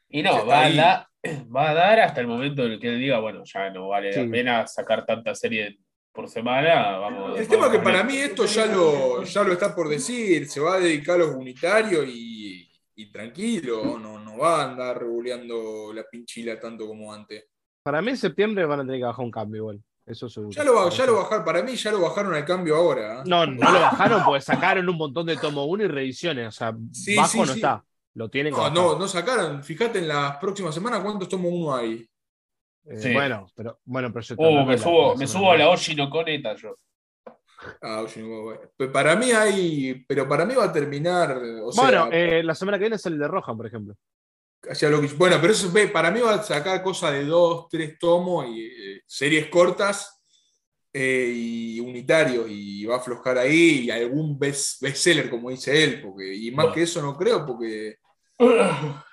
Y
Ya
no,
está
va a,
ahí. (clears throat)
da- va a dar hasta el momento en el que él diga, bueno, ya no vale
Sí.
la pena sacar tanta serie por semana. Vamos,
El tema es que
vamos a
para
poner-
mí esto ya lo, ya lo está por decir, se va a dedicar a los unitarios y, y tranquilo, no, no va a andar revoleando la pinchila tanto como antes.
Para mí en septiembre van a tener que bajar un cambio igual. Eso seguro.
Ya lo, ba- ya lo bajaron, para mí ya lo bajaron al cambio ahora. ¿eh?
No, no lo bajaron porque sacaron un montón de tomo 1 y reediciones. O sea,
Sí,
bajo
sí,
no
sí.
está. Lo tienen que
no,
bajar.
Ah, no, no sacaron. Fíjate en las próximas semanas cuántos tomos uno hay.
Eh,
Sí.
Bueno, pero bueno, pero yo te
Uh,
hablo
me
de la- de
subo,
la semana
me subo a
que
la Oshi no Coneta yo.
Ah, oye, no, bueno. Pero para mí hay, pero para mí va a terminar. O sea,
viene. Bueno, eh, la semana que viene es el de Rohan, por ejemplo.
hacia lo que- bueno, pero eso ve, para mí va a sacar cosas de dos, tres tomos y eh, series cortas eh, y unitarios y va a aflojar ahí y algún best- bestseller como dice él, porque y más
Bueno.
que eso no creo porque
(coughs)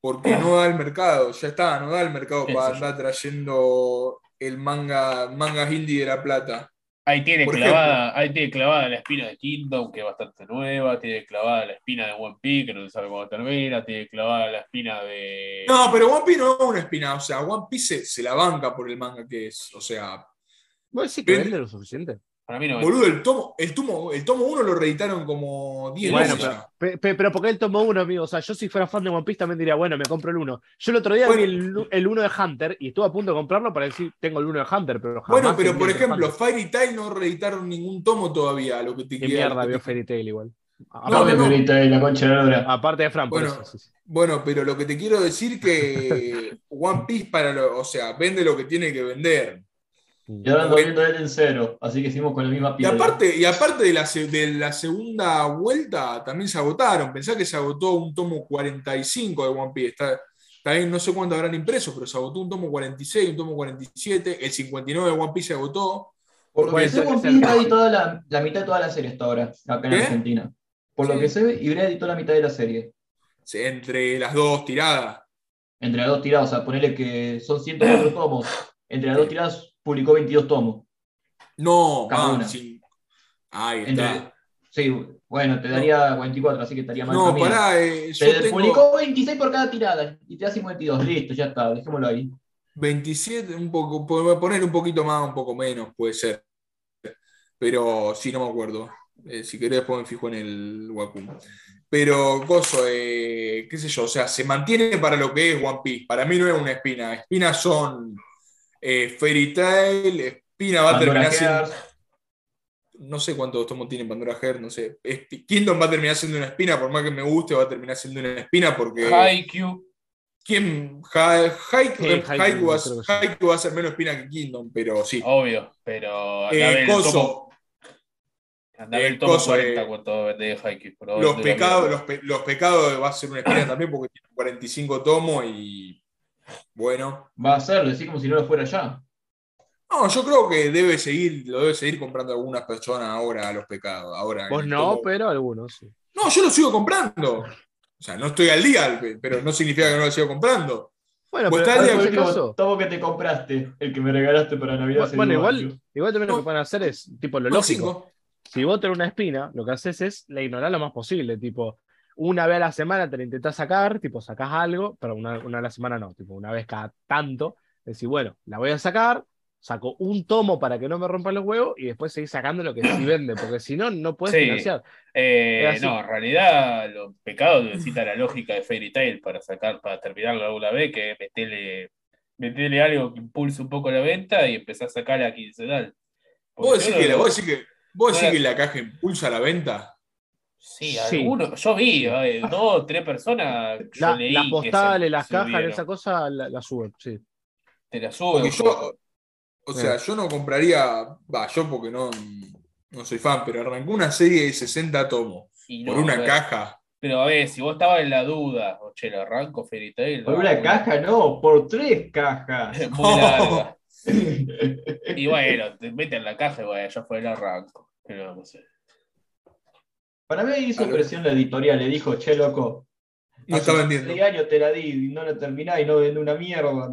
porque no da el mercado, ya está, no da el mercado
Sí,
para
sí, sí.
andar trayendo el manga, manga indie de La Plata.
Ahí tiene
Por
clavada, ahí tiene clavada la espina de Kingdom, que es bastante nueva, tiene clavada la espina de One Piece, que no se sabe cuándo termina, tiene clavada la espina de.
No, pero One Piece no es una espina, o sea, One Piece se, se la banca por el manga que es, o sea,
¿Vos decís que
Vende-
vende lo suficiente?
Para mí no es.
boludo, el tomo, el tomo, el tomo 1 lo reeditaron como 10
Bueno,
veces
pero,
ya.
pe- pe- pero porque él tomó uno, amigo. O sea, yo si fuera fan de One Piece también diría, bueno, me compro el uno. Yo el otro día
Bueno.
vi el, el uno de Hunter y estuve a punto de comprarlo para decir, tengo el uno de Hunter, pero jamás
Bueno, pero
vi
por
el de
ejemplo,
Hunter.
Fairy Tail no reeditaron ningún tomo todavía, lo que te
Qué
queda-
mierda
lo que
vio
te-
Fairy Tail igual. A-
No,
No,
Aparte,
no, no.
de la concha de la hora.
aparte de Fran, por
Bueno.
eso, sí, sí.
Bueno, pero lo que te quiero decir
(laughs)
que One Piece para lo- o sea, vende lo que tiene que vender.
Y ahora ando
Bueno.
viendo él en cero, así que seguimos con la misma
Y
pila.
aparte, y aparte de, la, se- de la segunda vuelta, también se agotaron. Pensá que se agotó un tomo 45 de One Piece. Está, también no sé cuánto habrán impreso, pero se agotó un tomo 46, un tomo 47. El 59 de One Piece se agotó.
Por lo
Puede
que
ser
sé,
que
One
sea
Piece
el
ha
caso.
editado la, la mitad de toda la serie hasta ahora, acá en
¿Qué?
Argentina. Por lo
¿Eh? Sí.
que sé, Ibrea editó la mitad de la serie.
Se- Entre las dos tiradas.
Entre las dos tiradas, o sea, ponele que son 104 tomos. Entre las dos tiradas publicó 22 tomos.
No,
Cada
man,
una.
sí. Ahí
Entre,
está.
Sí, bueno, te daría 44, así que estaría mal.
No,
camino.
pará, eh, yo
Te
tengo
publicó 26 por cada tirada y te da 52. Listo, ya está, dejémoslo ahí.
27, un poco, po- poner un poquito más, un poco menos, puede ser. Pero sí, no me acuerdo. Eh, si querés, después me fijo en el Wacom. Pero, Gozo, eh, qué sé yo, o sea, se mantiene para lo que es One Piece. Para mí no es una espina. Espinas son eh, Fairy Tail, espina va a
Pandora
terminar siendo.
Hearts,
No sé cuántos tomos tiene Pandora Heart, no sé. Espi- Kingdom va a terminar siendo una espina, por más que me guste, va a terminar siendo una espina porque.
Haikyuu.
¿Quién? Ha- Haiku,
Sí, Haiku,
Haiku va, a-
creo que sí. Oh,
Haiku va a ser menos espina que Kingdom, pero sí.
Obvio, pero andá a
Eh,
ver el tomo-
Coso,
andá a ver el
eh,
tomo
coso,
40
eh,
cuánto vende Haikyuu, pero
los
dura
pecados,
bien.
los, pe- los pecados va a ser una
(coughs)
espina también porque tiene 45 tomos y bueno.
Va a ser, decir como si no lo fuera ya.
No, yo creo que debe seguir, lo debe seguir comprando algunas personas ahora a los pecados. Ahora
Vos
el
no,
tomo-
pero algunos. sí.
No, yo lo sigo comprando. O sea, no estoy al día, pero no significa que no lo sigo comprando.
Bueno,
Vos
pero
estás
¿Cuál
de
en
fue
acuerdo.
ese
el último
caso,
tomo que te compraste? El que me regalaste para Navidad.
Bu-
hace
bueno,
dos
igual-
años.
igual también lo que
No.
van a hacer es, tipo, lo
No,
lógico.
cinco.
si vos tenés una espina, lo que haces es la ignorás lo más posible, tipo, una vez a la semana te la intentás sacar, tipo, sacás algo, pero una, una a la semana no, tipo, una vez cada tanto, decís, bueno, la voy a sacar, saco un tomo para que no me rompan los huevos y después seguís sacando lo que
(clears throat)
sí vende, porque si no, no puedes
Sí.
financiar.
Eh,
Es así.
no, en realidad los pecados necesita la lógica de Fairy Tail para sacar, para terminarlo alguna vez, que es meterle, meterle algo que impulse un poco la venta y empezar a sacar la quincenal. Porque
¿Vos
yo
decís
no-
que la- vos decís que- vos decís
Ahora-
que la caja impulsa la venta?
Sí,
Sí.
algunos, yo vi, eh, dos, tres personas, yo
La-
leí
las
que
postales,
se-
las cajas,
subieron.
esa cosa, la, la suben, sí.
Te la suben
Porque
un
yo,
poco.
o sea, yo no compraría, va, yo porque no, no soy fan, pero arrancó una serie de 60 tomos
Y
por
no,
una
pero-
caja.
Pero a ver, si vos estabas en la duda, o che, lo arranco Fairy Tail.
Por
no,
una
bueno,
caja, no, por
(laughs)
tres cajas.
(laughs) Muy larga. Y bueno, te meten en la caja y bueno, ya fue el arranco. Pero no sé.
Para mí hizo
Aló.
presión la editorial, le dijo, che, loco.
No
hace
está vendiendo.
seis años te la di, no la terminás y no vende una mierda.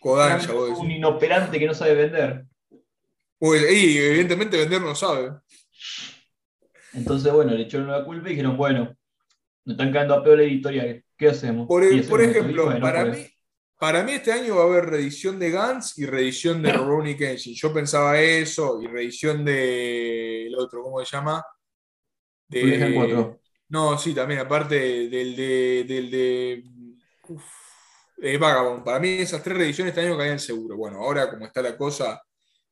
Kodansha, vos
un
decís.
inoperante que no sabe vender.
Bueno, y evidentemente vender no sabe.
Entonces, bueno, le echaron la culpa y dijeron, bueno, nos están cagando a peor la editorial. ¿Qué hacemos?
Por, e-
Y hacemos
por
esto. Y
ejemplo,
bueno,
para,
pues,
mí, para mí este año va a haber reedición de Gantz y reedición de Rurouni Kenshin. Yo pensaba eso y reedición de el otro, ¿cómo se llama? De,
Fullmetal
eh,
4.
No, sí, también, aparte del de. Del de uf, eh, Vagabond. Para mí, esas tres reediciones este año caían seguro. Bueno, ahora, como está la cosa,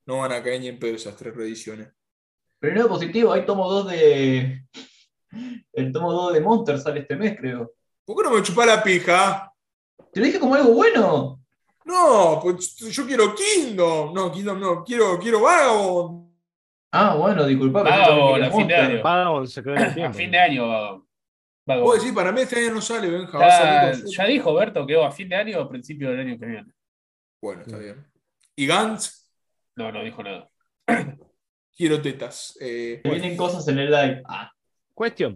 no van a caer ni en pedo esas tres reediciones.
Pero no positivo, hay tomo 2 de. (laughs) El tomo 2 de Monster sale este mes, creo.
¿Por qué no me chupá la pija?
Te lo dije como algo bueno.
No, pues yo quiero Kingdom. No, Kingdom no, quiero, quiero Vagabond.
Ah, bueno, disculpa. pero
Vagabond,
yo
a
también
fin de
quería
año.
Vagabond se quedó en el
A
tiempo.
fin de año va. va-
Vos decís, para mí este año no sale, Benja. va a
Está-
salir con-
ya dijo Berto que o a fin de año o a principio del año que viene.
Bueno, está bien. Y Gantz,
No, no dijo nada.
quiero tetas. Eh,
Monster. Se vienen cosas en el live. Ah,
(laughs)
Cuestión,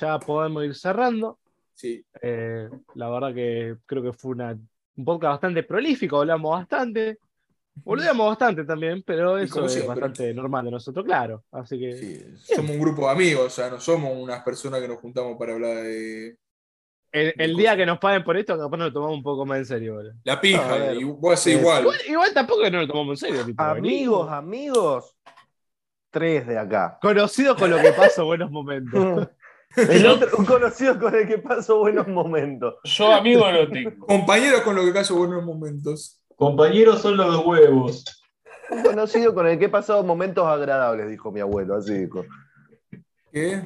ya podemos ir cerrando.
sí.
Eh, la verdad que creo que fue una, un podcast bastante prolífico, hablamos bastante, volvemos bastante también, pero eso
como
es
siempre.
bastante normal de nosotros, claro. Así que
Sí, somos un grupo de amigos, o sea, no somos unas personas que nos juntamos para hablar de
el, el
Cosa.
día que nos paguen por esto, capaz nos lo tomamos un poco más en serio. boludo.
la pija,
A ver. eh,
y vos haces igual.
Igual, igual tampoco que no lo tomamos en serio. tipo,
Amigos,
vení,
amigos. Tres de
(laughs)
acá.
Conocidos con lo que paso, buenos momentos.
El otro, un conocido con el que paso buenos momentos.
(laughs)
Yo amigo no tengo.
Compañeros con lo que caso buenos momentos.
compañeros son los huevos.
Un conocido con el que he pasado momentos agradables, dijo mi abuelo, así dijo.
¿Qué?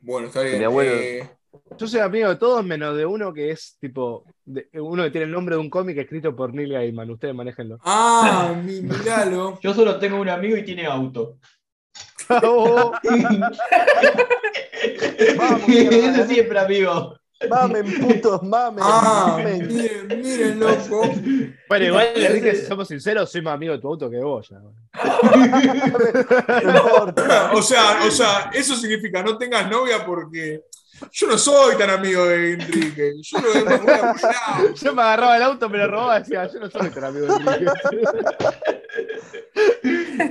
Bueno, está bien.
Mi abuelo.
eh,
Yo soy amigo de todos, menos de uno que es tipo, de- uno que tiene el nombre de un cómic escrito por Neil Gaiman, ustedes (laughs) manéjenlo.
Ah,
(laughs)
mi, miralo.
Yo solo tengo un amigo y tiene auto.
Oh. (laughs)
(laughs)
Vamos,
Ese
mierda. ¿eh?
siempre amigo.
Mamen, putos, mamen.
Ah,
mamen.
miren, miren, loco.
Bueno, igual, Enrique,
Ese-
si somos sinceros, soy más amigo de tu auto que de vos. ya, boludo.
No importa.
O sea, o sea, eso significa no tengas novia porque yo no soy tan amigo de Enrique. Yo lo veo por lado.
Yo me agarraba el auto, me lo robaba y decía, yo no soy tan amigo de Enrique.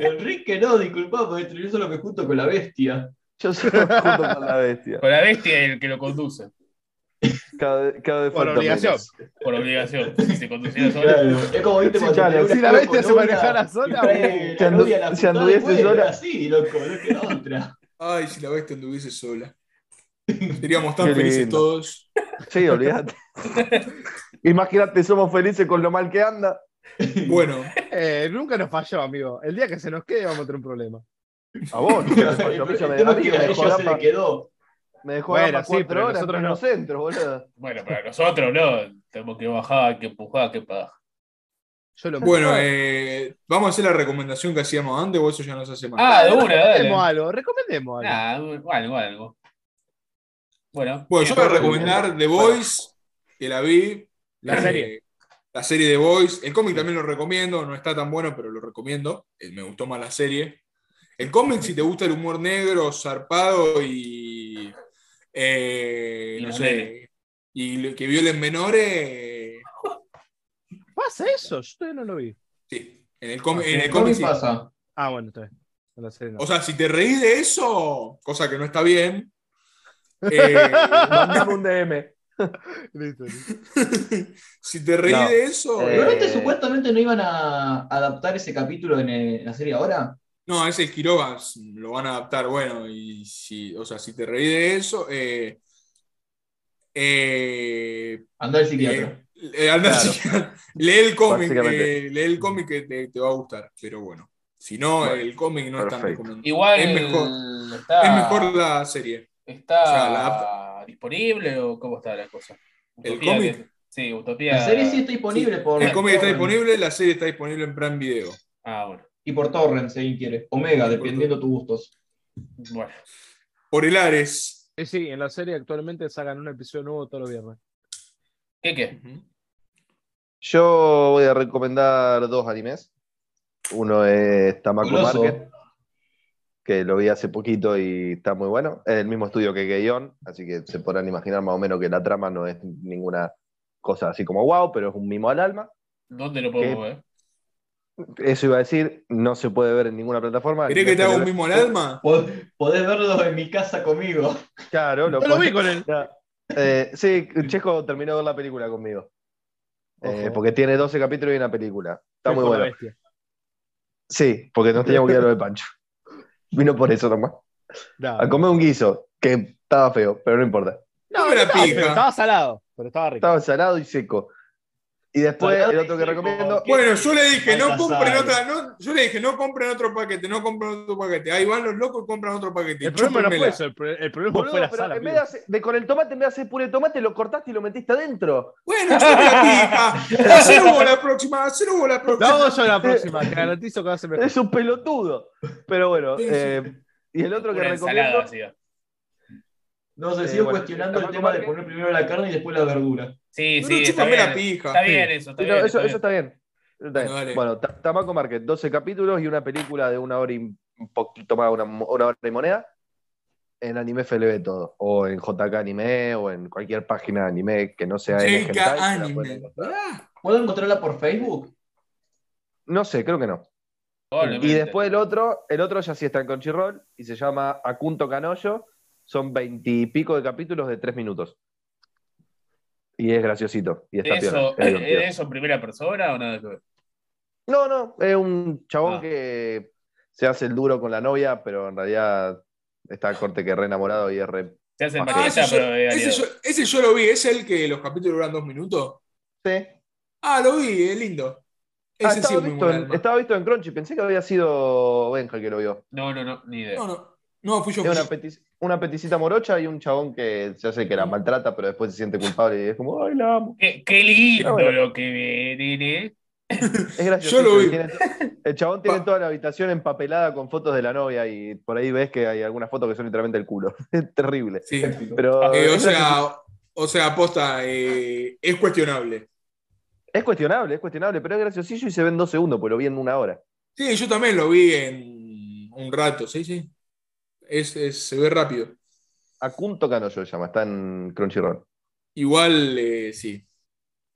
Enrique, no, disculpa, porque yo solo me junto con la bestia.
Yo solo junto con la bestia.
Con la bestia es el que lo conduce,
Cada, vez- cada vez
Por
falta
obligación.
menos.
por obligación. Si se conduciera solo.
Claro, es como viste
Sí,
cuando
chale,
te
si
una
la bestia
con
se
una
manejara
y
sola,
trae
si
la
andu-
novia a la
si
putada
anduviese
después,
sola.
era Así, loco, no que la
(laughs)
otra.
Ay, si la bestia anduviese sola. Seríamos tan
Qué
felices
lindo.
todos.
Sí, olvídate. Imagínate, somos felices con lo mal que anda.
Bueno,
Eh, nunca nos falló, amigo. El día que se nos quede vamos a tener un problema.
A (laughs) vos, no te fallo, a mí
El
ya me
tema es
dejaste
que
que
a
me
ellos
dejó
se le
Gamba-
quedó.
me dejó
Bueno,
Gamba
sí,
cuatro
pero
horas
nosotros
en
no.
los centros, boludo.
Bueno, para nosotros no, tenemos que bajar, que empujar, que pagar.
Yo lo
bueno, eh, vamos a hacer la recomendación que hacíamos antes o eso ya nos hace mal.
Ah, de una, dale.
recomendemos algo, recomendemos algo.
Nah, algo, algo. Bueno,
Bueno, yo voy a recomendar The Voice, que la vi.
La
Eh,
serie.
La serie The Voice. El cómic también lo recomiendo, no está tan bueno, pero lo recomiendo. Eh, me gustó más la serie. El cómic, si te gusta el humor negro, zarpado y. eh,
Y
no
los
sé.
nenes.
Y lo- que violen menores. eh,
¿Pasa eso? Yo todavía no lo vi.
Sí. En el cómic, en
¿Qué
el cómic sí.
pasa?
Ah, bueno, está bien. En la serie no.
O sea, si te reís de eso, cosa que no está bien. eh,
Mandame un DM.
Listo, listo. si
(laughs) si te reís
No.
de eso.
Eh,
¿Realmente supuestamente no iban a adaptar ese capítulo en eh, la serie ahora?
No, ese Quiroga s- lo van a adaptar, bueno, y si, o sea, si te reí de eso, eh, eh,
Andá al psiquiatra.
eh, eh, anda,
Claro.
psiquiatra. lee el cómic,
Básicamente.
eh, lee el cómic que te, te va a gustar, pero bueno, si no,
Bueno,
el cómic no es tan
perfecto.
recomendable.
Igual
Es mejor,
está,
es mejor la serie.
está
o sea, la-
disponible o cómo está la cosa.
¿El
Utopía
cómic?
que- sí, Utopía.
La serie sí está disponible por.
El cómic está
Torrent.
disponible, la serie está disponible en Prime Video.
Ah, bueno.
Y por Torrent, si alguien quiere. Omega, dependiendo tus gustos.
Bueno,
Por el Ares.
Eh, sí, en la serie actualmente sacan un episodio nuevo todos los viernes.
¿qué qué?
Yo voy a recomendar dos animes. Uno es Tamako
Goloso.
Market, que lo vi hace poquito y está muy bueno. Es el mismo estudio que Geion, así que se podrán imaginar más o menos que la trama no es ninguna cosa así como wow, pero es un mimo al alma.
¿Dónde lo podemos ver?
Eso iba a decir, no se puede ver en ninguna plataforma.
¿Querés que te haga un mismo el alma?
Pod- Podés verlo en mi casa conmigo.
Claro,
Yo
lo
lo
podés-
vi con él.
Ya. Eh, sí, Checo terminó de ver la película conmigo. Eh,
Ojo.
porque tiene 12 capítulos y una película. Está
Fue
muy
por la
bueno.
bestia.
Sí, porque no teníamos que ir a lo de Pancho. Vino por eso nomás.
Nah.
A comer un guiso, que estaba feo, pero no importa.
No,
Come la
estaba,
pija.
feo, estaba salado, pero estaba rico.
Estaba salado y seco. Y después,
Salado
el
y
otro que
seco.
recomiendo.
Bueno, yo le dije, no
Baltasar.
compren otra, no, yo le dije, no compren otro paquete, no compren otro paquete. Ahí van los locos y compran otro paquete.
El problema no fue
Chúpenmela.
eso, el, pro- el problema
Boludo,
fue la
pero
sala.
en vez
amigo.
de hacer- de- con el tomate, en vez de hacer puré de tomate, lo cortaste y lo metiste adentro.
Bueno, yo la pija.
(laughs)
Hacelo vos la próxima, hacelo vos la
Lo
próxima.
hago yo la próxima, te garantizo que va a ser
(laughs)
mejor.
Es un pelotudo. Pero bueno.
Sí, sí.
eh, y el otro que
Una
recomiendo.
ensalada, sí.
No sé,
Eh,
sigo
bueno,
cuestionando el
Tamako
tema de
Market.
poner primero la carne y después la verdura.
Sí,
Pero
sí, está
chúpame
bien.
la pija.
Está bien eso, está
Sí, no,
bien.
eso,
está
eso está bien. Eso está
Bueno,
bien.
dale.
Bueno, Ta- Tamako Market, 12 capítulos y una película de una hora y un poquito más, una, una hora y moneda. En anime FLB todo. O en JK Anime, o en cualquier página de anime que no sea en
JK Anime. Ah,
¿Puedo encontrarla por Facebook?
No sé, creo que no.
Probablemente.
Y después el otro, el otro ya sí está en Crunchyroll y se llama Acunto Canoyo. Son veintipico de capítulos de tres minutos. Y es graciosito. Y está piola,
¿Eso, eh,
es divertido.
¿Es eso en primera persona o nada que ver?
No, no, es un chabón
Ah.
que se hace el duro con la novia, pero en realidad está a corte que re enamorado y es re...
Se hace
Ah,
maqueta,
ese, yo,
pero de
ese
aliado.
yo- ese yo lo vi, es el que los capítulos duran dos minutos. Ah, lo vi, es lindo.
Ah,
Ese sí
estaba,
es muy
visto
buen
en,
alma.
estaba visto en Crunchy, pensé que había sido Benja el que lo vio.
No, no, no, ni idea.
No, no, no, fui yo.
Es
fui
una,
yo.
petis- una peticita morocha y un chabón que se hace que la maltrata, pero después se siente culpable y es como, ay, la amo.
Qué, qué lindo
Ah, bueno.
lo que viene.
Es gracioso.
Yo lo vi.
el chabón tiene
Pa-
toda la habitación empapelada con fotos de la novia y por ahí ves que hay algunas fotos que son literalmente el culo. (laughs) Es terrible. (laughs)
Sí.
Pero
Eh, o
es graciosito.
sea, o sea, aposta, es cuestionable.
Es cuestionable, es cuestionable, pero es graciosillo y se ve en dos segundos, pues lo vi en una hora.
Sí, yo también lo vi en un rato, sí, sí. Es, es- se ve rápido.
Acunto Canoyo se llama, está en Crunchyroll.
Igual, eh, sí.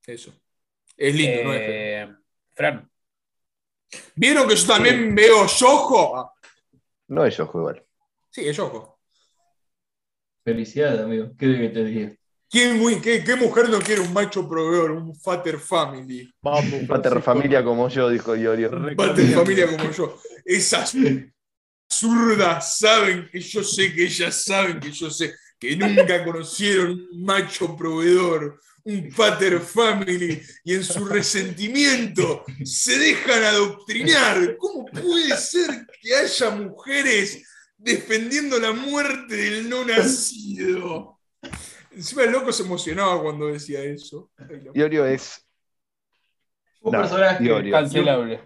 Eso. Es lindo, ¿no? Es feo.
Eh, Fran,
¿Vieron que yo también veo Yojo? Ah,
No es Yojo igual.
sí, es Yojo.
Felicidades, amigo. ¿Qué de que te diga?
¿Quién, muy- qué, qué mujer no quiere un macho proveedor, un fatter family?
Vamos,
Pater familia como yo, dijo Iorio.
Fatter familia como yo. Esas zurdas saben que yo sé que ellas saben que yo sé que nunca conocieron un macho proveedor, un pater family, y en su resentimiento se dejan adoctrinar. ¿Cómo puede ser que haya mujeres defendiendo la muerte del no nacido? Encima el loco se emocionaba cuando decía eso. Ay, la
Iorio es.
Un
Nah,
personaje
Iorio.
Cancelable.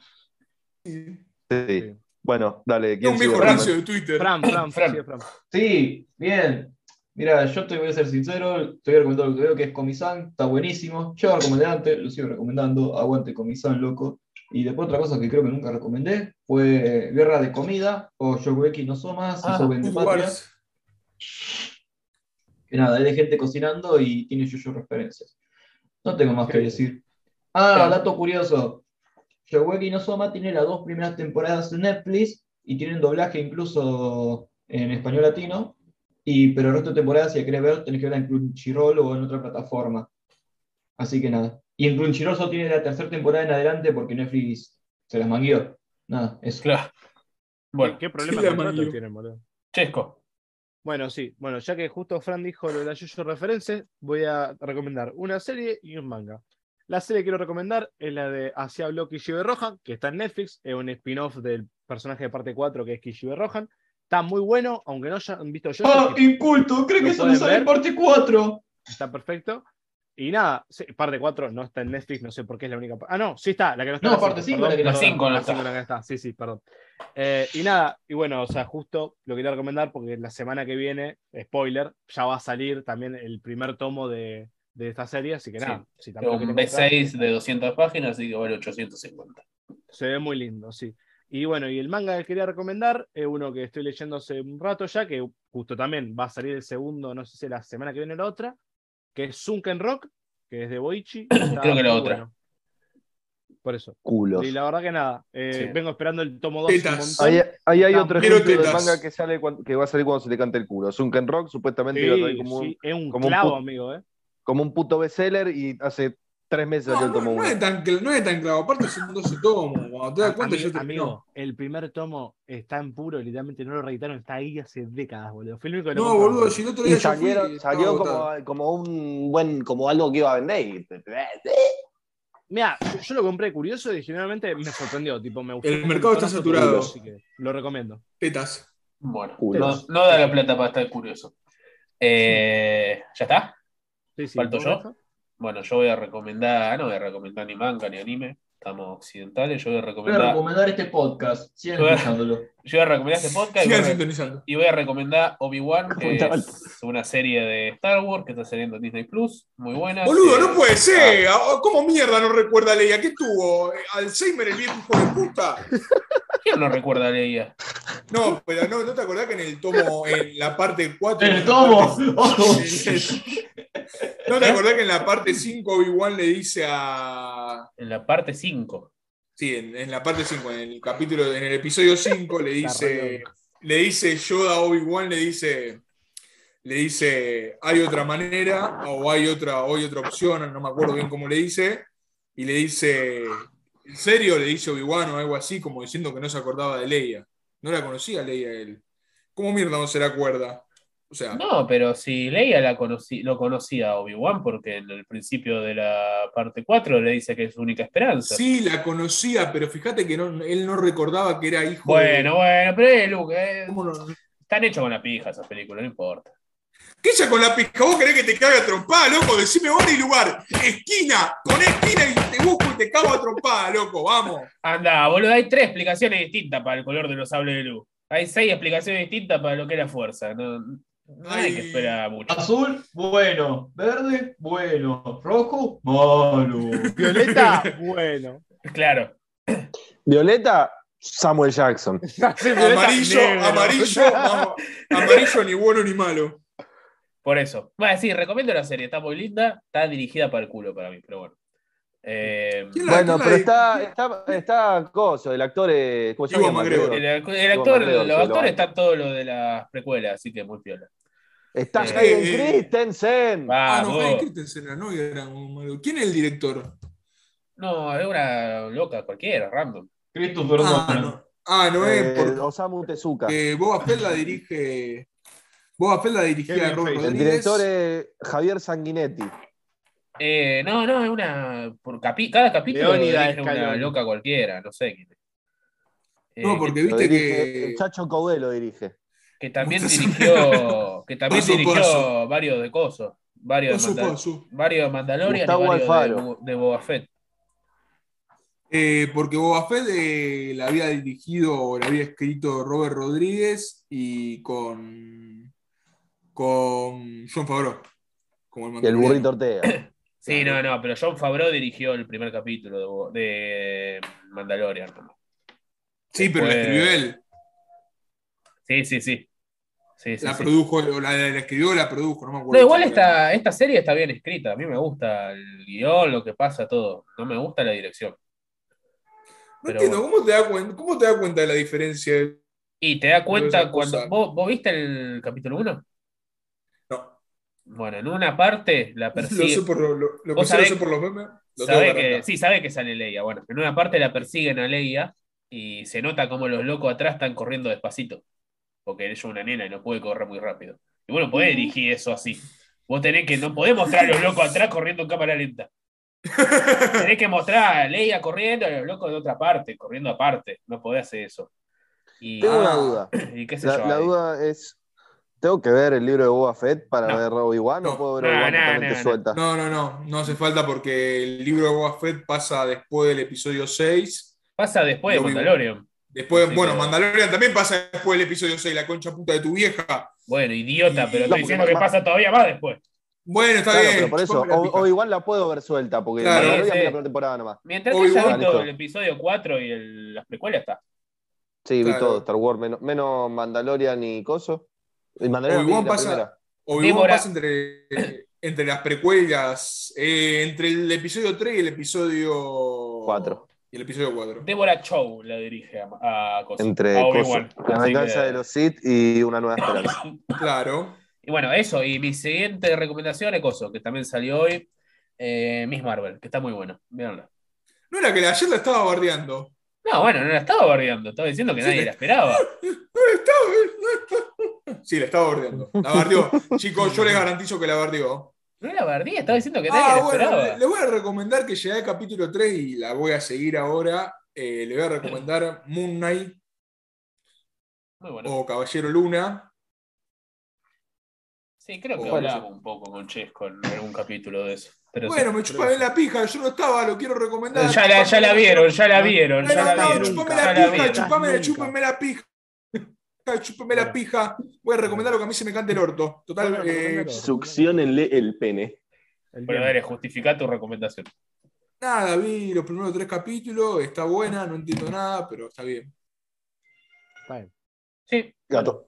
Sí. Bueno, dale. ¿quién
un
sigue?
viejo rancio de Twitter.
(coughs)
Fran, Fran,
Fran.
sí, Fran.
Sí, bien. Mira, yo te voy a ser sincero, te voy a recomendar lo que veo, que es Comisán, está buenísimo. Yo lo recomendé antes, lo sigo recomendando, aguante Comisán, loco. Y después otra cosa que creo que nunca recomendé fue Guerra de Comida o Shogeki no Somas,
Ah,
hizo Vendepatrias. Que nada, es de gente cocinando y tiene yo referencias. No tengo más que
Increíble.
decir. Ah,
Claro.
dato curioso. Shogeki no Soma tiene las dos primeras temporadas en Netflix y tienen doblaje incluso en español latino. Y, pero el resto de temporadas, si la querés ver, tenés que verla en Crunchyroll o en otra plataforma. Así que nada. Y en Crunchyroll solo tiene la tercera temporada en adelante porque Netflix se las manguió. Nada, eso.
Claro. Bueno,
¿Qué problema
Qué
de contrato
amarillo.
tienen, boludo?
Chesco.
Bueno, sí. Bueno, ya que justo Fran dijo lo de la Yuyo referencias, voy a recomendar una serie y un manga. La serie que quiero recomendar es la de Hacia Block Kishibe Rohan, que está en Netflix. Es un spin-off del personaje de parte 4 que es Kishibe Rohan. Está muy bueno, aunque no hayan visto yo.
Oh,
¡Ah, inculto! Creo
¿Lo
que solo
pueden
sale en
ver?
parte 4.
Está perfecto. Y nada, sí, parte 4 no está en Netflix, no sé por qué es la única. pa- Ah, no, sí está, la que no está.
No,
en
parte
Netflix,
cinco,
perdón,
la que no
perdón,
cinco no
la
está.
cinco la que no está. Sí, sí, perdón. Eh, y nada, y bueno, o sea, justo lo quería recomendar porque la semana que viene, spoiler, ya va a salir también el primer tomo de, de esta serie, así que
Sí,
nada, si también lo
Un
querés comprar,
B6 de 200 páginas, así que vale 850.
se ve muy lindo, sí. Y bueno, y el manga que quería recomendar es uno que estoy leyendo hace un rato ya, que justo también va a salir el segundo, no sé si la semana que viene o la otra, que es Sunken Rock, que es de
(coughs)
Boichi. Está
Creo que la
muy
otra.
bueno. Por eso.
Culos.
Y la verdad que nada, eh,
Sí.
vengo esperando el tomo 2 un
Tetas.
montón.
Ahí, ahí hay otro
Quiero
ejemplo del
tetas.
manga que, sale cuan- que va a salir cuando se le cante el culo. Sunken Rock supuestamente iba a salir
Sí,
como, un,
sí, es un
como un
clavo,
put-
amigo, ¿eh?
como un puto bestseller y hace tres meses
No,
salió el
no,
tomo
no
uno.
es tan, cl- no es tan claro. Aparte son 12 tomos. Cuando te das cuenta
Ami-
ya terminó.
amigo, el primer tomo está en puro, literalmente no lo reeditaron, está ahí hace décadas, boludo. Fui el único que lo
No,
compró,
boludo, si el otro
Y
día yo fui,
salieron-
estaba
salió
agotado.
como, como un buen, como algo que iba a vender. y-
Mira, yo, yo lo compré curioso y generalmente me sorprendió, tipo, me gustó.
El mercado está
Tonazo,
saturado.
así que lo recomiendo.
Tetas.
Bueno, no,
Culos.
no da la plata para estar curioso. Eh, ¿Ya está?
Sí, sí,
¿Falto
¿vos,
yo?
Rafa?
Bueno, yo voy a recomendar, ah, no voy a recomendar ni manga ni anime, estamos occidentales, yo voy a
Voy a
recomendar,
recomendar este podcast. Sigan
Claro.
escuchándolo.
yo voy a recomendar este podcast y voy a
Sigan
re-
sintonizando.
y voy a recomendar Obi-Wan, que
Apuntaba
es una serie de Star Wars que está saliendo en Disney Plus, muy
Ah,
buena.
Boludo,
Eh,
no puede ser. Ah, ¿Cómo mierda no recuerda a Leia? ¿Qué tuvo? Eh, ¿Alzheimer el viejo hijo de puta?
¿Quién no recuerda a Leia?
No, pero no, ¿no te acordás que en el tomo, en la parte 4. (laughs)
¡El tomo!
¿No te acordás que en la parte 5 Obi-Wan le dice a.
En la parte 5.
Sí, en, en la parte 5, en el capítulo, en el episodio 5 le
Está re
dice.
loco.
le dice Yoda a Obi-Wan, le dice, le dice, hay otra manera o hay otra, o hay otra opción, no me acuerdo bien cómo le dice, y le dice, ¿en serio? Le dice Obi-Wan o algo así, como diciendo que no se acordaba de Leia. No la conocía Leia él. ¿Cómo mierda no se la acuerda? O sea,
No, pero si Leia la conocí, lo conocía a Obi-Wan, porque en el principio de la parte 4 le dice que es su única esperanza.
sí la conocía, pero fíjate que no- él no recordaba que era hijo
Bueno, bueno, pero eh, Luke, eh,
de... ¿Cómo no?
están hechos con la pija esas películas, no importa.
¿Qué ella con la pija? ¿Vos querés que te cague a trompada, loco? Decime hora y lugar. Esquina, poné esquina y te busco y te cago a trompada, loco.
(laughs)
Vamos.
Anda, boludo, hay tres explicaciones distintas para el color de los sables de luz. Hay seis explicaciones distintas para lo que es la fuerza. No, no hay que
Ay.
esperar mucho.
Azul, bueno. Verde, bueno. Rojo, malo.
Violeta, bueno.
Claro.
Violeta, Samuel Jackson.
Amarillo,
(laughs)
amarillo, vamos. Amarillo ni bueno ni malo.
Por eso. Bueno, sí, recomiendo la serie. Está muy linda. Está dirigida para el culo para mí, pero bueno. Eh,
¿Quién la-
Bueno,
quién la
pero
di-
está, está, está Coso, el actor es. ¿Cómo se
Ivo
llama? Eh,
McGregor.
el, el actor,
Digo, Mateo,
los
se lo
actores
banco.
están todos los de las precuelas, así que muy piola.
Está
Eh,
Hayden
eh.
Christensen.
Ah,
Vamos.
no, Hayden Christensen era, ¿no? Era un malo. ¿Quién es el director?
No, es una loca cualquiera, random.
Christopher
Ah,
Nolan.
no, ah, no
Eh,
es porque eh,
Osamu Tezuka.
Boba Fett la dirige. Boba Fett la dirigía a
Kevin
Ron
Feige.
el
Rodríguez.
director es Javier Sanguinetti.
Eh, no, no, es una. Por capi- cada capítulo
Leónidas
es una
Scaloni.
loca cualquiera, no sé quién. es. Eh,
No, porque
Lo
viste
dirige-
que.
El Chacho Caudé lo dirige.
Que también
Vos-
dirigió. Que también
Pozo,
dirigió
pozo.
varios de cosos. Varios de,
Paso,
Mandal-
paso.
varios de Mandalorian
Gustavo
y varios de
Alfaro.
Bo- de, Boba Fett.
Eh, porque Boba Fett eh, la había dirigido o la había escrito Robert Rodríguez y con. con John Favreau. Como el
Y el
mandaloriano.
burrito Ortega.
Ah,
Sí,
Claro.
no, no, pero John Favreau dirigió el primer capítulo de, Bo- de Mandalorian.
Sí, pero la
Después-
escribió él.
Sí, sí, sí. Sí, sí,
La
sí.
produjo, o la, la escribió o la produjo, no me acuerdo.
No, igual esta, esta serie está bien escrita. A mí me gusta el guión, lo que pasa, todo. No me gusta la dirección.
No
pero
entiendo, ¿cómo te das cuenta, cómo te das cuenta de la diferencia?
Y te das
Pero
cuenta
esa cosa-
cuando. ¿Vos, vos viste el capítulo 1?
No.
Bueno, en una parte
(laughs)
la
Lo
persigue.
sé por, lo, lo- lo
Vos
que sé, lo
sabés-
sé por los memes. Lo tengo
sabe
que
que,
arrancar.
sí, sabe que sale Leia. Bueno, en una parte la persiguen a Leia y se nota como los locos atrás están corriendo despacito. Porque ella es una nena y no puede correr muy rápido. Y bueno, podés dirigir eso así. Vos tenés que, no podés mostrar a los locos atrás corriendo en cámara lenta. Tenés que mostrar a Leia corriendo, a los locos de otra parte, corriendo aparte. No podés hacer eso. Y,
Tengo una
Ah,
duda.
y qué sé
La,
yo.
la
ahí.
duda es: ¿tengo que ver el libro de Boba Fett para
No.
ver Obi-Wan
No.
o puedo ver
No,
Obi-Wan
no,
totalmente
no, no.
suelta?
No, no, no, no hace falta porque el libro de Boba Fett pasa después del episodio 6.
Pasa después de
Lo vi-
Mandalorian.
Después,
Sí,
bueno,
pero-
Mandalorian también pasa después del episodio 6, la concha puta de tu vieja.
Bueno, idiota, pero
No,
estoy
porque
diciendo que
más-
pasa todavía más después.
Bueno, está
Claro,
bien.
pero por eso,
chupame la
o-
pija.
Obi-Wan la puedo ver suelta, porque
Claro.
Mandalorian
Sí, sí.
vi la primera temporada nomás.
Mientras que
Obi-Wan,
hayas visto
listo.
el episodio 4 y el- las precuelas, está.
Sí,
Claro.
vi todo, Star Wars, menos, menos Mandalorian y Coso. Y Mandalorian vi
Obi-Wan
la
pasa-
primera.
Obi-Wan
Débora.
pasa entre, entre las precuelas, eh, entre el episodio 3 y el episodio
Cuatro.
Y el episodio 4.
Débora Chow la dirige a, a Coso,
Entre
a
Coso,
Ah, Obi-Wan.
La
Así
venganza
que-
de los Sith y Una nueva
(laughs)
esperanza.
Claro.
Y bueno, eso. Y mi siguiente recomendación es Coso, que también salió hoy. eh, Miss Marvel, que está muy bueno. Véanla.
No era que ayer la estaba bardeando.
No, bueno, no la estaba bardeando. Estaba diciendo que
Sí,
nadie
me-
la esperaba.
No la estaba. no la- Sí, la estaba bardeando. (laughs) La bardeó. Chicos, yo les garantizo que la bardeó.
No la bardeé, estaba diciendo que nadie
Ah,
la
bueno, le-
esperaba.
les voy a recomendar que llegué al capítulo 3 y la voy a seguir ahora. Eh, le voy a recomendar Moon Knight
Muy bueno.
o Oh, Caballero Luna.
Sí, creo que
Bueno,
hablamos un poco con Chesco en algún capítulo de eso. Pero sí.
Bueno, me chupa bien la pija, yo no estaba, lo quiero recomendar.
ya, la, ya la vieron, ya la vieron, ya
Bueno,
la
no,
vieron.
chupame
ya
la
la
pija,
vieron.
chupame,
Nunca.
chupame la pija. (laughs) Chupame la
Bueno.
pija. Voy a recomendar lo que a mí se me cante el orto. Total,
Bueno,
eh,
recomendalo.
Succiónenle el pene.
El
Bueno,
bien.
dale, justifica tu recomendación.
nada, vi los primeros tres capítulos, está buena, no entiendo nada, pero está bien.
Está bien.
Sí,
Gato.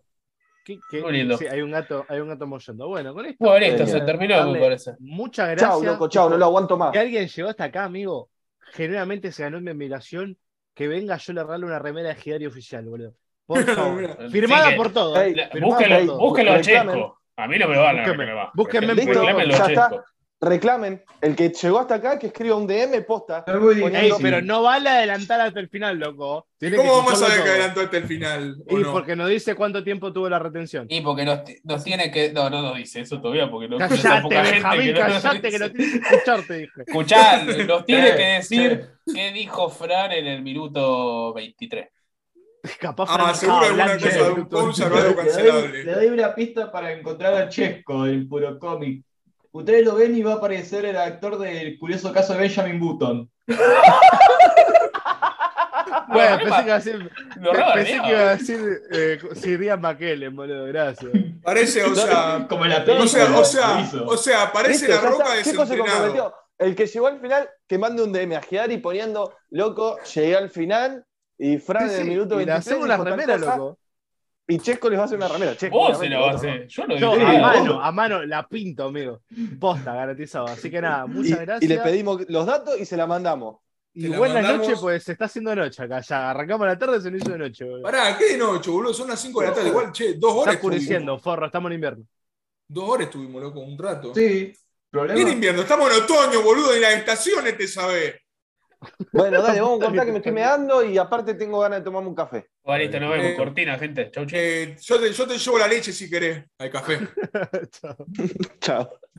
¿Qué- qué-
Muy lindo.
Sí, hay un gato, hay un gato moyendo. Bueno, con esto.
bueno, listo,
Genial.
se terminó, me
Dale.
parece.
Muchas gracias.
Chao, loco, chao, no lo aguanto más.
Que alguien llegó hasta acá, amigo. Generalmente se ganó mi admiración. Que venga, yo le regalo una remera de Gidario oficial, boludo.
(laughs)
Por favor. Firmada
Sí que-
por ¿eh? todos.
Ey,
La-
Firmado
ey,
Búsquenlo, búsquenlo a
reclamen.
Chesco. A mí no me van a
Búsquenme,
reclamar.
búsquenme en
Twitter.
Reclámenlo a
Ya está.
Chesco.
Reclamen. El que llegó hasta acá, que escriba un DM posta.
Está muy
Ponele
Ey,
difícil.
pero no vale adelantar hasta el final, loco. Tiene
¿Cómo vamos a ver que
escucharlo todo.
adelantó hasta el final? ¿o
Y
no?
porque nos dice cuánto tiempo tuvo la retención.
Y porque nos, nos tiene que. No, no nos dice eso todavía, porque no esa
Callate, Benjamín,
nos
callate, que
dice.
lo tienes que escuchar, te dije.
Escuchá,
(laughs)
nos tiene
Sí,
que decir
sí.
qué dijo Fran en el minuto 23.
Capaz
Ah,
Fran
seguro
estaba
alguna
hablando
cosa
de
de un
Pluto.
poncho, algo
Le doy,
cancelable.
le doy una pista para encontrar a Chesco del puro cómic. Ustedes lo ven y va a aparecer el actor del curioso caso de Benjamin Button.
Ah, Bueno,
No,
pensé
Emma,
que iba a decir,
lo roba,
pensé
¿no?
que iba a decir eh, Sir Ian McKellen, boludo, gracias.
(laughs)
Parece, o sea,
Como en la película.
o sea, o
lo
sea,
hizo.
o sea, parece
Listo,
la
ya
roca
está. ¿Qué cosa se
desentrenado.
comprometió? El que llegó al final, que mande un DM a Giari poniendo, loco, llegué al final y Fran en el minuto
y le
23.
hacemos una
dijo tal
remera,
cosa,
loco.
Y Chesco les va a hacer una remera. Chesco,
Vos se
obviamente,
lo vas a
vos no.
hacer. Yo no
Yo, ah,
digo
a
nada.
mano, a mano, la pinto, amigo. Posta, garantizado. Así que nada,
Y,
muchas gracias.
y le pedimos los datos y se la mandamos.
Y
Te la
buenas
mandamos.
noches, pues se está haciendo noche acá. Ya arrancamos la tarde, se nos hizo de noche, boludo.
Pará, ¿qué de noche, boludo? Son las 5 de la tarde, igual, che, dos
Está
horas.
oscureciendo, forro, estamos en invierno. (laughs)
Dos horas estuvimos, loco, un rato.
Sí,
Era
problema.
invierno, estamos en otoño, boludo, y las estaciones te sabés.
Bueno, dale, vamos a cortar que me estoy meando y aparte tengo ganas de tomarme un café.
ah,
Bueno, listo, nos vemos.
Eh,
Cortina, gente. Chau, chau.
Eh, yo, te, yo te llevo la leche si querés al café.
Chao.
Chao.